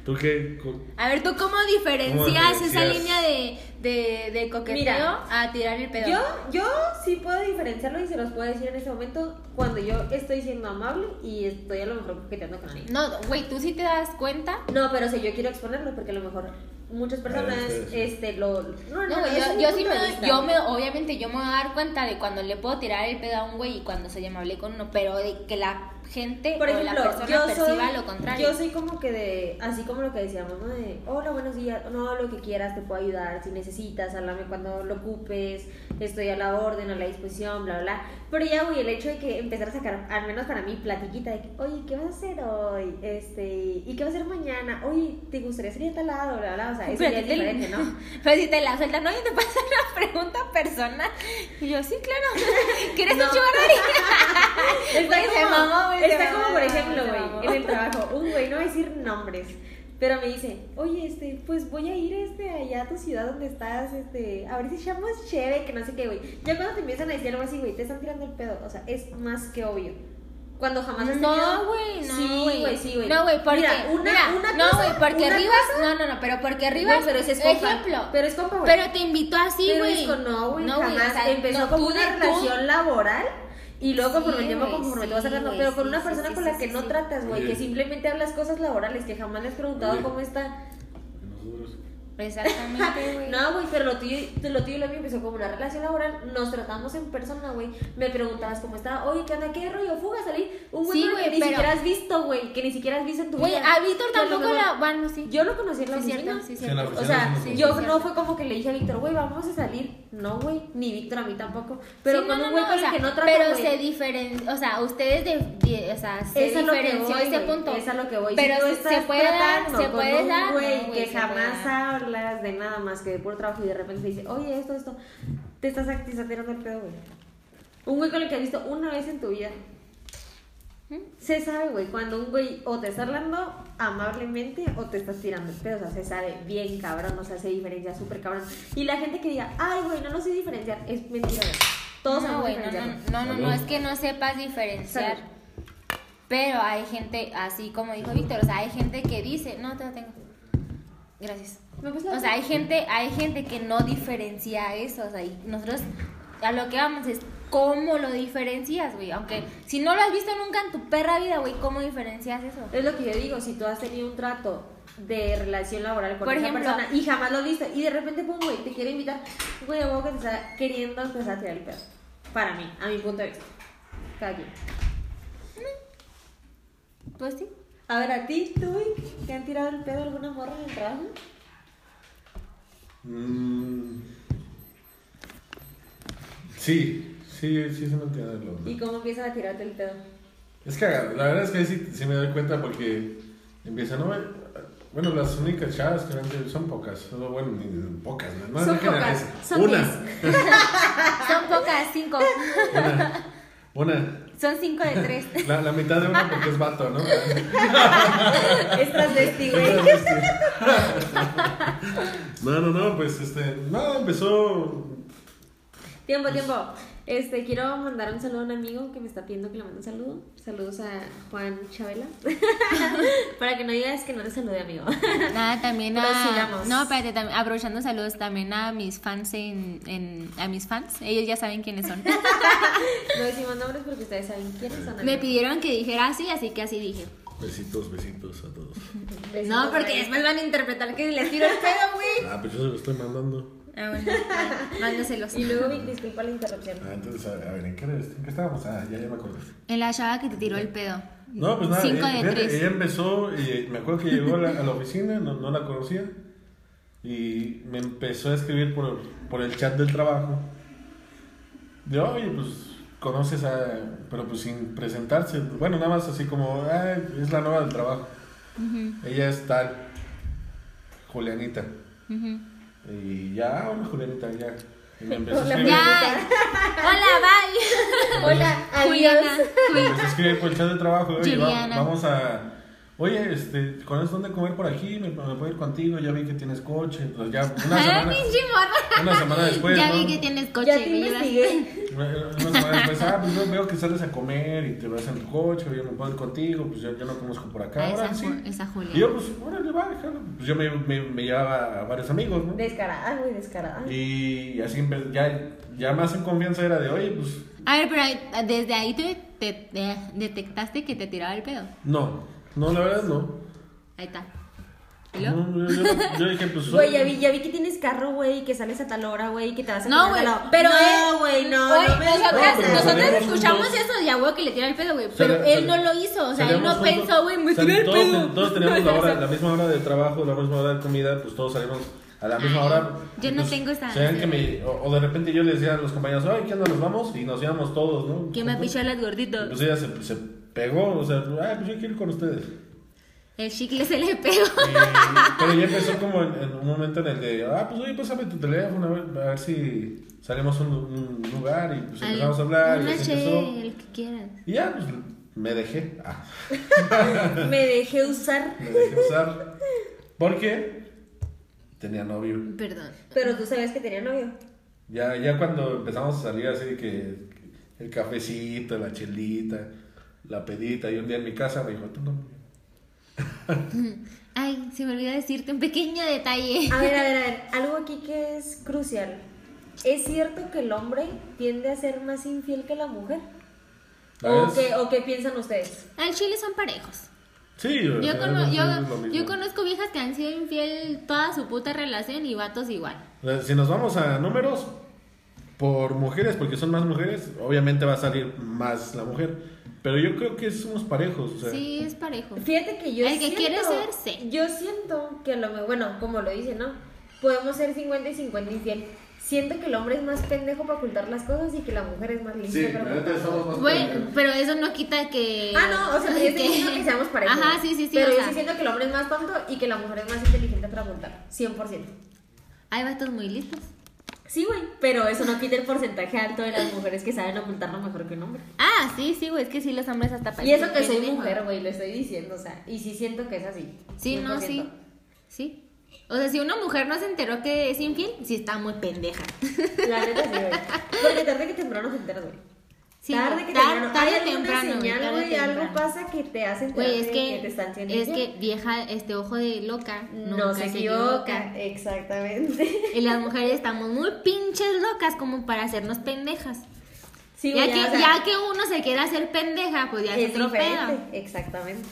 tú qué. co- A ver, ¿tú cómo diferencias esa diferencias? línea de, de, de coqueteo Mira, a tirar el pedo? Yo, yo sí puedo diferenciarlo y se los puedo decir en este momento cuando yo estoy siendo amable y estoy a lo mejor coqueteando con alguien. No, güey, tú sí te das cuenta. No, pero o sea, yo quiero exponerlo porque a lo mejor muchas personas, Ah, sí, sí. este, lo... No, No, no, güey, es yo, un yo punto sí de me, vista. yo me, obviamente yo me voy a dar cuenta de cuando le puedo tirar el pedo a un güey y cuando soy amable con uno, pero de que la gente Por o ejemplo, la persona yo perciba soy, lo contrario. yo soy como que de, así como lo que decíamos, ¿no? De, hola, buenos días, no, lo que quieras, te puedo ayudar, si necesitas, háblame cuando lo ocupes, estoy a la orden, a la disposición, bla, bla. Pero ya, güey, el hecho de que empezar a sacar, al menos para mí, platiquita de, que, oye, ¿qué vas a hacer hoy? Este, ¿y qué vas a hacer mañana? Oye, ¿te gustaría salir a tal lado? Bla, bla, o sea, eso Pero ya es te- diferente, ¿no? Pero si te la sueltan, no, y te pasa una pregunta personal. Y yo, sí, claro. ¿Quieres No. un sugar daddy? Está Güey, se como, mamó, güey, se está mamó, como por se ejemplo, mamó. güey, en el trabajo. Un güey, no voy a decir nombres, pero me dice, oye, este, pues voy a ir este, allá a tu ciudad donde estás, este, a ver si echamos chévere, que no sé qué, güey. Ya cuando te empiezan a decir algo así, güey, te están tirando el pedo. O sea, es más que obvio. Cuando jamás has No, tenido- güey, no. Sí, güey, sí, güey. No, güey, porque. Mira, una, mira, una no, cosa- güey, porque una Rivas. cosa- No, no, no, pero porque Rivas. Güey, pero ese es compa. Ejemplo. Pero es compa, güey. Pero te invitó así, Pero güey. es con- no, güey, jamás. o sea, Empezó no, como tú una de- tú- relación laboral y luego Sí, conforme el tiempo, güey, conforme te sí, vas tratando, güey, pero con sí, una sí, persona sí, con sí, la que sí, no sí. tratas, güey, Oye. que simplemente hablas cosas laborales, que jamás le has preguntado Oye. cómo está. Nosotros. Exactamente, güey. No, güey, pero lo tuyo, lo tuyo y lo mío empezó como una relación laboral, nos tratamos en persona, güey. Me preguntabas cómo está, oye, ¿qué onda? ¿Qué rollo? ¿Fuga? ¿Salí? Un güey Sí, con el que güey, ni pero- siquiera has visto, güey, que ni siquiera has visto en tu Güey, vida. a Víctor Que lo tampoco mejor- la. Bueno, sí. yo lo conocí en la Sí, oficina. cierto, sí, Sí, en la cierto. oficina O sea, sí, yo sí, no cierto. fue como que le dije a Víctor, güey, vamos a salir. No, güey, ni Víctor a mí tampoco. Pero Sí, con no, un no, güey no, o con el sea, que no trato, Pero güey. se diferencia, o sea, ustedes de, de- o sea, se Es a lo que diferenció voy, ese güey, punto. es a lo que voy. Si Pero tú se- estás se puede dar, tratando se con puede un dar. güey no, que se puede jamás dar. hablas de nada más que de puro trabajo y de repente te dice, oye, esto, esto, te estás, te estás tirando el pedo, güey. Un güey con el que has visto una vez en tu vida. ¿Mm? Se sabe, güey, cuando un güey o te está hablando amablemente o te estás tirando el pedo. O sea, se sabe bien cabrón, o sea, se diferencia súper cabrón. Y la gente que diga, ay, güey, no lo sé diferenciar, es mentira, güey. Todos no, sabemos güey, no, diferenciar. no, no, güey. no, no, Salud. es que no sepas diferenciar. Salud. Pero hay gente, así como dijo Víctor, o sea, hay gente que dice, no te lo tengo. Gracias. ¿Me puedes la O sea, hay gente, hay gente que no diferencia eso, o sea, y nosotros a lo que vamos es cómo lo diferencias, güey. Aunque si no lo has visto nunca en tu perra vida, güey, ¿cómo diferencias eso? Es lo que yo digo, si tú has tenido un trato de relación laboral con Por esa ejemplo. persona y jamás lo viste y de repente, pum, güey, te quiere invitar, güey, a huevo que te está queriendo empezar a tirar el pedo. Para mí, a mi punto de vista. Cada quien. Pues sí. A ver, a ti, tú, ¿te han tirado el pedo alguna morra en el trabajo? Mm. Sí, sí, sí, se me entiende lo ¿Y cómo empiezas a tirarte el pedo? Es cagado, la verdad es que ahí sí, sí me doy cuenta porque empiezan, ¿no? Bueno, las únicas chavas que me han tenido son pocas, solo, bueno, ni- pocas, no, no Son no generalizo. pocas, son una, Son pocas, cinco. una, una, Son cinco de tres. la, la mitad de una porque es vato, ¿no? Es transvesti, güey. No, no, no, pues este, no, empezó, Tiempo, tiempo. Este, quiero mandar un saludo a un amigo que me está pidiendo que le mande un saludo. Saludos a Juan Chabela. Para que no digas que no te saludé, amigo. Nada, también a. Prosigamos. No, espérate, tam- aprovechando saludos también a mis fans en, en- a mis fans. Ellos ya saben quiénes son. No decimos nombres porque ustedes saben quiénes son. Me pidieron que dijera así, así que así dije. besitos, besitos a todos. Besitos, No, porque güey. después van a interpretar que les tiro el pedo, güey. Ah, pues yo se lo estoy mandando. Ah, bueno, bueno, mándaselos. Y luego, Vic, disculpa la interrupción. Ah, entonces, a, a ver, ¿en qué, ¿en qué estábamos? Ah, ya, ya me acordé. En la chava que te tiró el pedo. No, pues nada, Cinco ella, de fíjate, tres. ella empezó, y me acuerdo que llegó a la, a la oficina, no, no la conocía, y me empezó a escribir por, por el chat del trabajo. De, oye, pues conoces a, pero pues sin presentarse, bueno, nada más así como, "Ay, es la nueva del trabajo. Ella es tal, Julianita, Ujú. y ya, hola Julianita, ya. Y me empezó a Hola, escribir. Ya. Hola, Hola, bye. Juliana. Me empezó a escribir por el chat de trabajo, oye, va- Juliana. vamos a... Oye, este, ¿conoces dónde comer por aquí? Me, me puedo ir contigo, ya vi que tienes coche. Entonces, ya una Ah, semana, pinche morra. una semana después, Ya ¿no? vi que tienes coche. Ya te güey, ¿verdad? investigué. Una semana después, ah, pues yo veo que sales a comer y te vas en tu coche, yo me puedo ir contigo, pues yo, yo no conozco por acá. Ah, ahora esa, sí. Ju- esa Y Julia. yo, pues, órale, va, jalo. Pues yo me, me, me llevaba a varios amigos, ¿no? Descarada, güey, descarada. Y así, empe- ya, ya más en confianza era de, oye, pues, A ver, pero ahí- desde ahí tú te, te- detectaste que te tiraba el pedo. no, no, la verdad no. Ahí está. ¿Y luego? no yo, yo, yo dije, pues, Güey, ya vi, ya vi que tienes carro, güey, que sales a tal hora, güey, que te vas a No, comer güey, tal hora. pero No, él- güey, no, Oye, no me nosotras, No, pero nosotras salíamos escuchamos juntos. eso y a huevo que le tira el pedo, güey. Pero Sale- él sale- no lo hizo, o sea, él salíamos no juntos. pensó, güey, me Sal- tiró el todos, pedo. ten- Todos teníamos la, hora, la misma hora de trabajo, la misma hora de comida, pues todos salimos a la misma Ay, hora. yo no Pues, tengo esa- sabían que me- o, o de repente yo le decía a los compañeros, ay, ¿qué onda? Nos vamos y nos íbamos todos, ¿no? Que me pichó las gorditos. Pues ella se, se pegó, o sea, ay, pues yo quiero ir con ustedes. El chicle se le pegó. Y- pero ya empezó como en, en un momento en el de, ah, pues oye, pásame tu teléfono, a ver, a ver si salimos a un, un lugar y pues empezamos a hablar. Y, Una así che, empezó. el que quieras. y ya, pues me dejé. Ah, Me dejé usar. me dejé usar. Porque tenía novio. Perdón. Pero tú sabías que tenía novio. Ya, ya cuando empezamos a salir así que el cafecito, la chelita, la pedita, y un día en mi casa me dijo, tú no. Ay, se me olvidó decirte un pequeño detalle. A ver, a ver, a ver. Algo aquí que es crucial. ¿Es cierto que el hombre tiende a ser más infiel que la mujer? ¿O ¿Sabes? qué, ¿O qué piensan ustedes? Al chile son parejos. Sí, Yo, es cono- lo- es lo yo, mismo. yo conozco viejas que han sido infiel toda su puta relación y vatos igual. Si nos vamos a números, por mujeres, porque son más mujeres, obviamente va a salir más la mujer. Pero yo creo que somos parejos. O sea, Sí, es parejo. Fíjate que yo El que siento- quiere ser, sí. Yo siento que a lo mejor, bueno, como lo dice, ¿no? Podemos ser 50 y 50 infiel. Siento que el hombre es más pendejo para ocultar las cosas y que la mujer es más Sí, limpia. la para neta ocultar las estamos más Bueno, pendejos. pero eso no quita que. Ah, no, o sea, yo estoy diciendo que seamos parejos. Ajá, sí, sí, sí. Pero o yo sea, sí siento que el hombre es más tonto y que la mujer es más inteligente para apuntar. 100%. Hay vatos muy listos. Sí, güey, pero eso no quita el porcentaje alto de las mujeres que saben apuntarlo mejor que un hombre. Ah, sí, sí, güey, es que sí, los hombres hasta Y eso que parecen soy pendejos. mujer, güey, lo estoy diciendo, o sea, y sí siento que es así. Sí, no, 100%. sí. Sí. O sea, si una mujer no se enteró que es infiel, sí está muy pendeja. La neta sí, güey. Porque tarde que temprano te enteras, güey. Sí, tarde que tar- temprano. tarde Hay alguna temprano, güey, señal, tarde güey, algo temprano. pasa que te hace enterar Güey, es de que, te están siendo es infiel. que vieja, este ojo de loca, no nunca se equivoca. Exactamente. Y las mujeres estamos muy pinches locas como para hacernos pendejas. Sí, ya, güey, que, o sea, ya que uno se quiere hacer pendeja, pues ya es, es otro diferente, pedo. exactamente.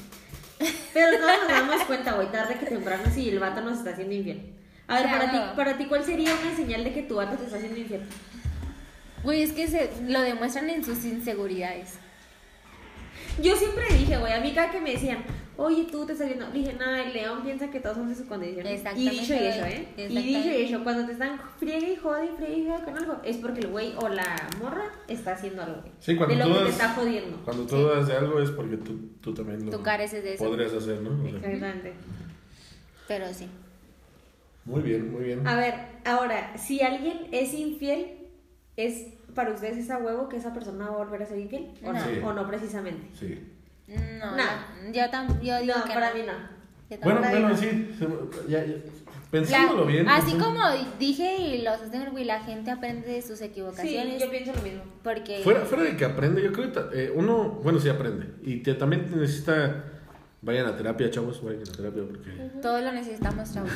Pero todos nos damos cuenta, güey, tarde que temprano si el vato nos está haciendo infiel. A ver, Claro. para ti, para ti, ¿cuál sería una señal de que tu vato te está haciendo infiel? Güey, es que se, lo demuestran en sus inseguridades. Yo siempre dije, güey, a mí cada que me decían, oye, tú te estás viendo, dije, nada, el león piensa que todos son de su condición. Y Exactamente, dicho y güey, hecho, ¿eh? Y exactamente. dicho y hecho, cuando te están friegue y jode y friegue y jode con algo, es porque el güey o la morra está haciendo algo, güey. Sí, cuando de lo tú que te das- está jodiendo. Cuando tú das de algo es porque tú, tú también lo Tú careces de eso. podrías hacer, ¿no? O sea, Exactamente. Pero sí. muy bien, muy bien. A ver, ahora, si alguien es infiel, ¿es para ustedes esa huevo que esa persona va a volver a ser infiel? ¿O no? No. Sí. ¿O no precisamente? Sí. No, No. la- yo también. No, para mí no. Bueno, bueno, sí. se- ya- ya- Pensándolo La- bien. Así pensé- como dije y los hacen, güey, la gente aprende de sus equivocaciones. Sí, yo pienso lo mismo. Porque. Fuera, fuera de que aprende, yo creo que ta- eh, uno, bueno, sí aprende. Y te- también necesita. Vayan a terapia, chavos, vayan a terapia porque. Todos lo necesitamos, chavos.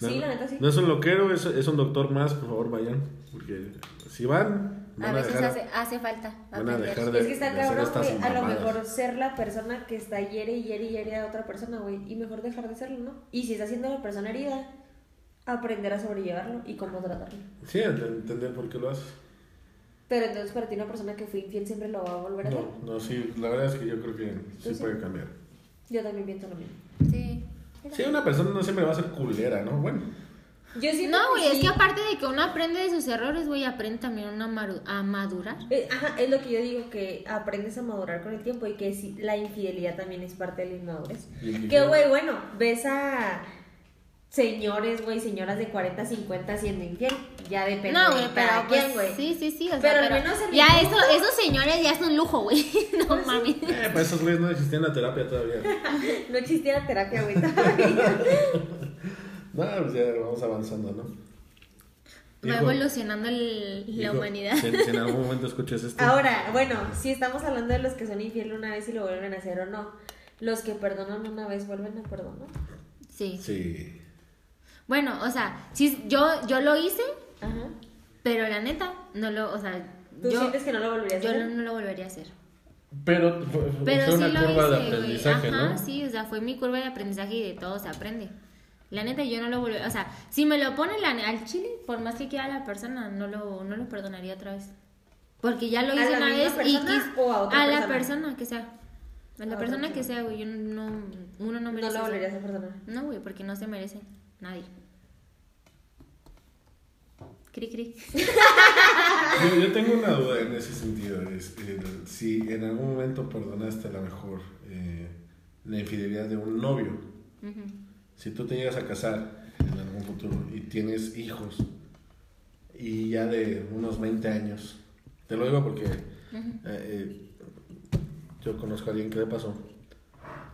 Sí, la neta sí. No es un loquero, es, es un doctor más, por favor vayan. Porque si van, a van a, veces dejar. hace, hace falta van a aprender. dejar de- Es que está hacer cabrón, estas güey, a lo mamadas. mejor ser la persona que está hiere y hiere y hiere a otra persona, güey. Y mejor dejar de serlo, ¿no? Y si está siendo la persona herida, aprender a sobrellevarlo y cómo tratarlo. Sí, ent- entender por qué lo haces. Pero entonces para ti una persona que fue infiel siempre lo va a volver a hacer. No, no, sí, la verdad es que yo creo que sí Sí, sí. puede cambiar. Yo también pienso lo mismo. Sí. Sí, una persona no siempre va a ser culera, ¿no? Bueno, Yo siento No, güey, sí. es que aparte de que uno aprende de sus errores, güey, aprende también uno a, maru- a madurar. Eh, Ajá, es lo que yo digo, que aprendes a madurar con el tiempo y que sí, la infidelidad también es parte de la inmadurez. Y el que Que, yo- güey, bueno, ves a señores, güey, señoras de 40, 50 siendo infiel. Ya depende No, de güey, pero cada quien, pues, güey. sí, sí, sí. o sea, Pero al menos Pues en mi ya punto- eso, esos señores ya es un lujo, güey. No mames. eh, para esos güeyes no existía la terapia todavía. No existía la terapia, güey, todavía. No, pues ya vamos avanzando, ¿no? Va Hijo, evolucionando el- la hijo, humanidad. Si, si en algún momento escuchas esto. Ahora, bueno, si estamos hablando de los que son infieles una vez y lo vuelven a hacer o no, los que perdonan una vez vuelven a perdonar. Sí. Sí. Bueno, o sea, sí, yo, yo lo hice, Ajá. pero la neta, no lo, o sea, ¿Tú yo, sientes que no lo volverías a yo hacer? no lo volvería a hacer. Pero, fue- fue Pero sí una lo curva de hice, güey. aprendizaje, Ajá, ¿no? sí, o sea, fue mi curva de aprendizaje y de todo se aprende. La neta, yo no lo volvería. O sea, si me lo ponen la- al chile, por más que quiera la persona, no lo, no lo perdonaría otra vez. Porque ya lo ¿A hice la una misma vez y persona quis- o a otra la persona? persona que sea. A la A otra persona que persona. sea, güey. Yo no, uno no merece. No lo eso. volverías a perdonar. No, güey, porque no se merece nadie. Cri, cri. Yo, yo tengo una duda en ese sentido. es, eh, si en algún momento perdonaste a lo mejor eh, la infidelidad de un novio. Ujú. Si tú te llegas a casar en algún futuro y tienes hijos y ya de unos 20 años, te lo digo porque eh, eh, yo conozco a alguien que le pasó,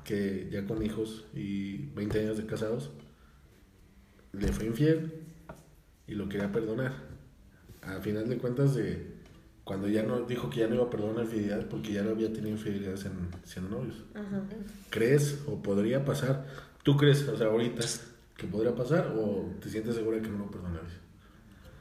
que ya con hijos y 20 años de casados, le fue infiel y lo quería perdonar. Al final de cuentas, de cuando ya no dijo que ya no iba a perdonar infidelidad porque ya no había tenido infidelidades en siendo novios. Ajá. ¿Crees o podría pasar? ¿Tú crees, o sea, ahorita, que podría pasar o te sientes segura que no lo perdonarías?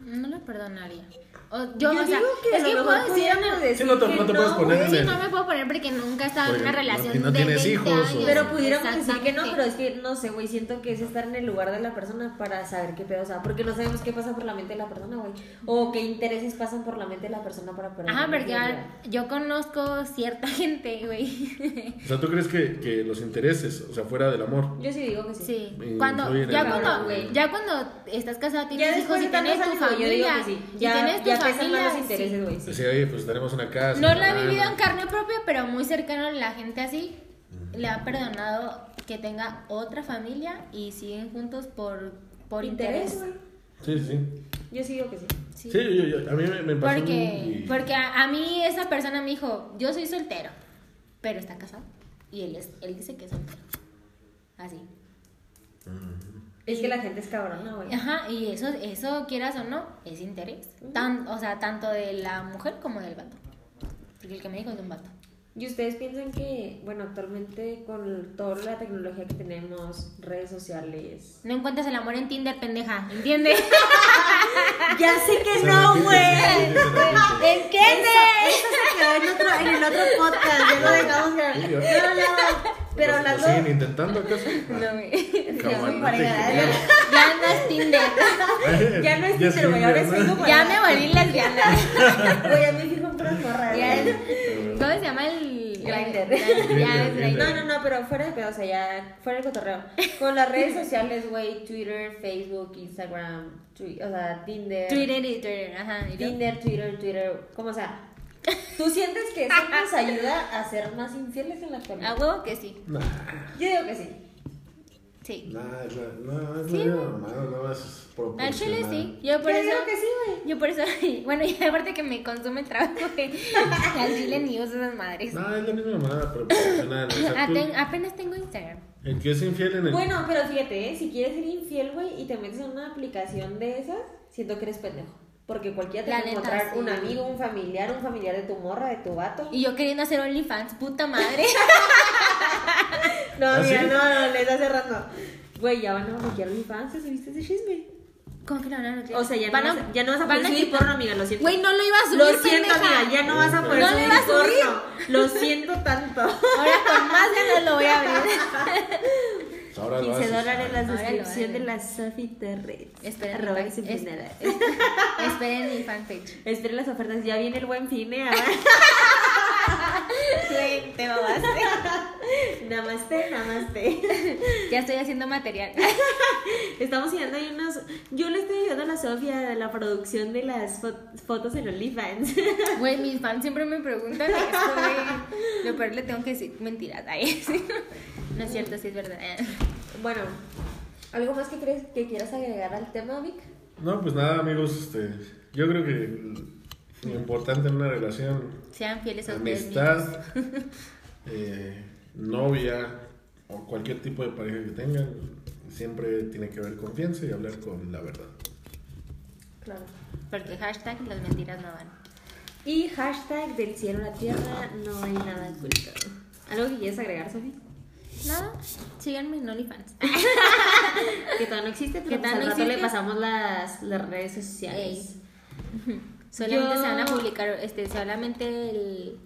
No lo perdonaría. O, yo, Yo o sea, digo que es a que lo puedo mejor decir pudiéramos una- decir Sí, no te- que no te puedes poner en Sí, el- no me puedo poner porque nunca he estado en Porque una no- relación no de tienes 20 hijos, años. o- Pero pudiéramos decir que no, pero Exactamente. es que no sé, güey. Siento que es estar en el lugar de la persona para saber qué pedo, o sea, porque no sabemos qué pasa por la mente de la persona, güey. O qué intereses pasan por la mente de la persona para perder. Ajá, porque ya- yo conozco cierta gente, güey. O sea, ¿tú crees que, que los intereses, o sea, fuera del amor? Yo sí digo que sí. Sí, Eh, cuando, influyen en ya, el amor, cuando, güey. ya cuando estás casado, tienes ya hijos después y de tantos tienes tu años, güey, yo digo familia. que sí. y Ya, tienes tu ya pesan familia, más los sí. intereses, güey. sí. Decía, oye, pues tenemos una casa. No lo una he vivido lana". en carne propia, pero muy cercano a la gente así. Le ha perdonado que tenga otra familia y siguen juntos por, por interés. Interés, güey. Sí, sí, sí. Yo sí digo que sí. Sí. Sí, yo, yo- a mí me, me pasó. Porque, y- porque a, a mí esa persona me dijo, yo soy soltero, pero está casado. Y él, es, él dice que es soltero. Así. Es que la gente es cabrona, güey. Ajá, y eso, eso quieras o no, es interés. Tan, o sea, tanto de la mujer como del vato. Porque el que me dijo es un vato. ¿Y ustedes piensan que, bueno, actualmente con toda la tecnología que tenemos, redes sociales... No encuentras el amor en Tinder, pendeja, ¿entiendes? ¡Ya sé Se que repite, no, se güey! repite, se Eh, repite. ¡Entiendes! Eso se quedó en, otro, en el otro podcast, ya lo dejamos grabar. Sí, No, yo- no, pero ¿Lo- lo hablando... siguen intentando acaso? Ah, No, güey. Ya Cabrón, soy pareja, te- ¿eh? Ya no es Tinder. ¿eh? Ya no es Ya es Tinder, güey, ahora es Tinder, ¿no? Facebook, güey. Ya me volví lesbiana. Güey, ya me fijo en puras morras. Ya es- Pero- ¿Cómo se llama el...? Grindr. Ya es Grindr. Grindr. No, no, no, pero fuera de pedo, o sea, ya fuera del cotorreo. Con las redes sociales, güey, Twitter, Facebook, Instagram, Twi- o sea, Tinder. Twitter y Twitter, ajá. y luego- Tinder, Twitter, Twitter, como sea. ¿Tú sientes que eso nos ayuda a ser más infieles en la A actualidad? huevo que sí. Nah, Yo digo que sí. Sí. nah, es la- no, es Sí, la vida güey. normal, no es Al chile sí. proporcional. Yo por Yo eso. digo que sí, güey. Yo por eso. Bueno, y aparte que me consume el trabajo. que Al chile ni uso esas madres. No, es la misma mamada proporcional. o sea, Ah, tú- ten- apenas tengo Instagram. el que es infiel en el. Bueno, pero fíjate, ¿eh? si quieres ser infiel, güey, y te metes en una aplicación de esas, siento que eres pendejo. Porque cualquiera te La puede neta, encontrar sí. un amigo, un familiar, un familiar de tu morra, de tu vato. Y yo queriendo hacer OnlyFans, puta madre. No, ¿Ah, mira, sí? no, no, le está cerrando. Güey, ya van a bloquear mi fan, ¿se subiste ese chisme? ¿Cómo que lo van a bloquear? O sea, ya no, Van vas, a, ya no vas a van poder subir quitar- porno, amiga, lo siento. Güey, no lo iba a subir. lo siento, pendeja. amiga, ya no vas a poder No le subir iba a subir. porno. Lo siento tanto. Ahora con más ganas lo voy a abrir. Pues ahora lo 15 haces. dólares la Ahora lo suscripción de haces. la Sophie Terret. Esperen, Arroba mi fan- sin es- nada. Esperen mi fanpage. Esperen las ofertas, ya viene el buen fin, ¿eh? Ahora- Güey, te mamaste. Namaste, namaste. Ya estoy haciendo material. Estamos llegando ahí unos. Yo le estoy ayudando a la Sofía de la producción de las fo- fotos en OnlyFans. Güey, mis fans siempre me preguntan eso, güey. Lo peor le tengo que decir mentiras. Ay, sí. No es cierto, sí es verdad. Bueno, ¿algo más que crees que quieras agregar al tema, Vic? No, pues nada, amigos. Este, yo creo que lo importante en una relación Sean fieles Pues a ustedes mismos. amistad, eh, novia o cualquier tipo de pareja que tengan, siempre tiene que haber confianza y hablar con la verdad. Claro. Porque hashtag las mentiras no van. Y hashtag del cielo a la tierra, no hay nada oculto. ¿Algo que quieras agregar, Sofía? Nada, síganme en OnlyFans. Que todavía no existe, pero Que pues al todavía no rato le existe. pasamos las, las redes sociales. Solamente Yo- se van a publicar, este, solamente el-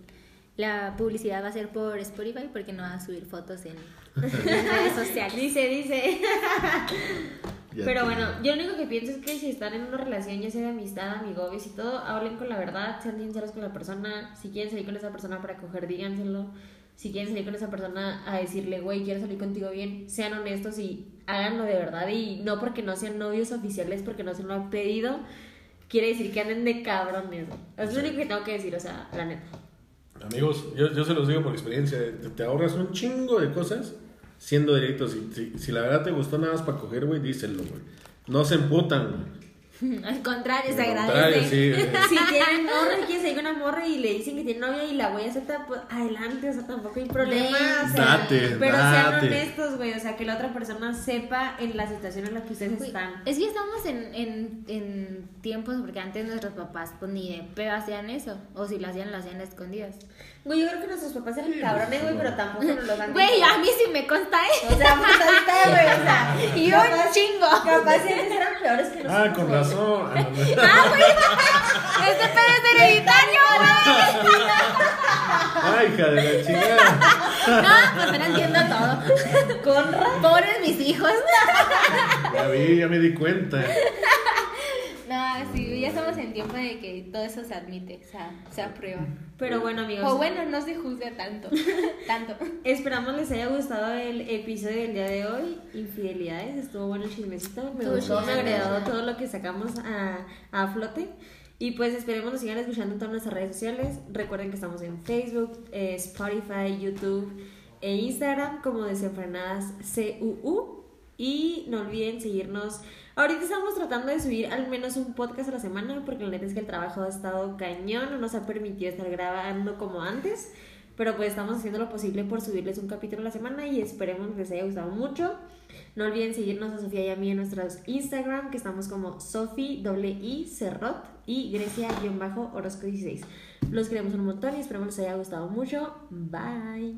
la publicidad va a ser por Spotify porque no va a subir fotos en, en redes sociales. Dice, dice. Ya Pero te- bueno, yo lo único que pienso es que si están en una relación, ya sea de amistad, amigobios y todo, hablen con la verdad, sean sinceros con la persona. Si quieren salir con esa persona para coger, díganselo. Si quieren salir con esa persona a decirle, güey, quiero salir contigo bien, sean honestos y háganlo de verdad. Y no porque no sean novios oficiales, porque no se lo han pedido, quiere decir que anden de cabrones. güey. Es lo único que tengo que decir, o sea, la neta. Amigos, yo, yo se los digo por experiencia, te, te ahorras un chingo de cosas siendo directo. Si, si, si la verdad te gustó nada más para coger, güey, díselo, güey. No se emputan, güey. Al contrario, se Al agradece. contrario, Si tienen morra y quieren seguir una morra y le dicen que tiene novia y la voy a aceptar, pues adelante, o sea, tampoco hay problema. o sea, Date, pero sean date. honestos, güey, o sea, que la otra persona sepa en la situación en la que ustedes Uy, están. Es que estamos en, en, en tiempos, porque antes nuestros papás pues, ni de pedo hacían eso. O si lo hacían, lo hacían a escondidas. Güey, yo creo que nuestros papás eran cabrones, güey, pero tampoco nos los han Güey, dicho. a mí sí me consta O eso. sea, puta ahorita, güey, o sea, Y yo un chingo. Capaz si antes eran peores que nosotros. Ah, con güey. razón. Ah, no, no. Ah, güey. Este pedo es hereditario, güey. Ay, hija de la chingada. No, pues están haciendo todo. Conra. Pobres mis hijos. Ya vi, ya me di cuenta. No, sí, ya estamos en tiempo de que todo eso se admite, o sea, se aprueba. Pero bueno, amigos. O bueno, no se juzga tanto. Tanto. Esperamos les haya gustado el episodio del día de hoy. Infidelidades, estuvo bueno el chismecito. Me Estuvo gustó, me chido. agradó todo lo que sacamos a, a flote. Y pues esperemos nos sigan escuchando en todas nuestras redes sociales. Recuerden que estamos en Facebook, eh, Spotify, YouTube e Instagram como desenfrenadas CUU. Y no olviden seguirnos. Ahorita estamos tratando de subir al menos un podcast a la semana porque la neta es que el trabajo ha estado cañón, no nos ha permitido estar grabando como antes. Pero pues estamos haciendo lo posible por subirles un capítulo a la semana y esperemos que les haya gustado mucho. No olviden seguirnos a Sofía y a mí en nuestros Instagram, que estamos como Sofi doble I Cerrot y Grecia-Orozco16. Los queremos un montón y esperemos les haya gustado mucho. Bye.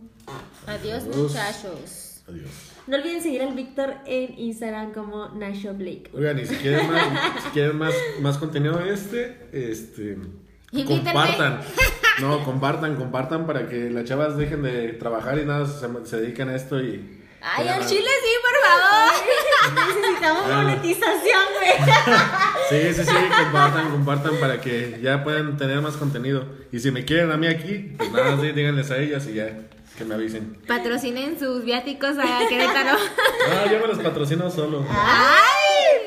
Adiós, Adiós. muchachos. Adiós. No olviden seguir al Víctor en Instagram como Nasho Blake. Oigan, y si quieren más, si quieren más, más contenido de este, este Invítenme. compartan. No, compartan, compartan para que las chavas dejen de trabajar y nada, se, se dedican a esto y. Ay, tengan- al chile sí, por favor. Necesitamos Ah. monetización, güey. Sí, sí, sí, compartan, compartan para que ya puedan tener más contenido. Y si me quieren a mí aquí, pues nada, sí, díganles a ellas y ya, que me avisen. Patrocinen sus viáticos a Querétaro. Ah, yo me los patrocino solo. ¡Ay!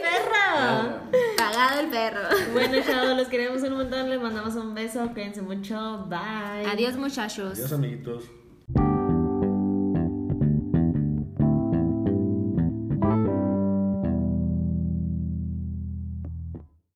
Ah, Perro. Pagado el perro. Bueno, chavos, los queremos un montón. Les mandamos un beso. Cuídense mucho. Bye. Adiós, muchachos. Adiós, amiguitos.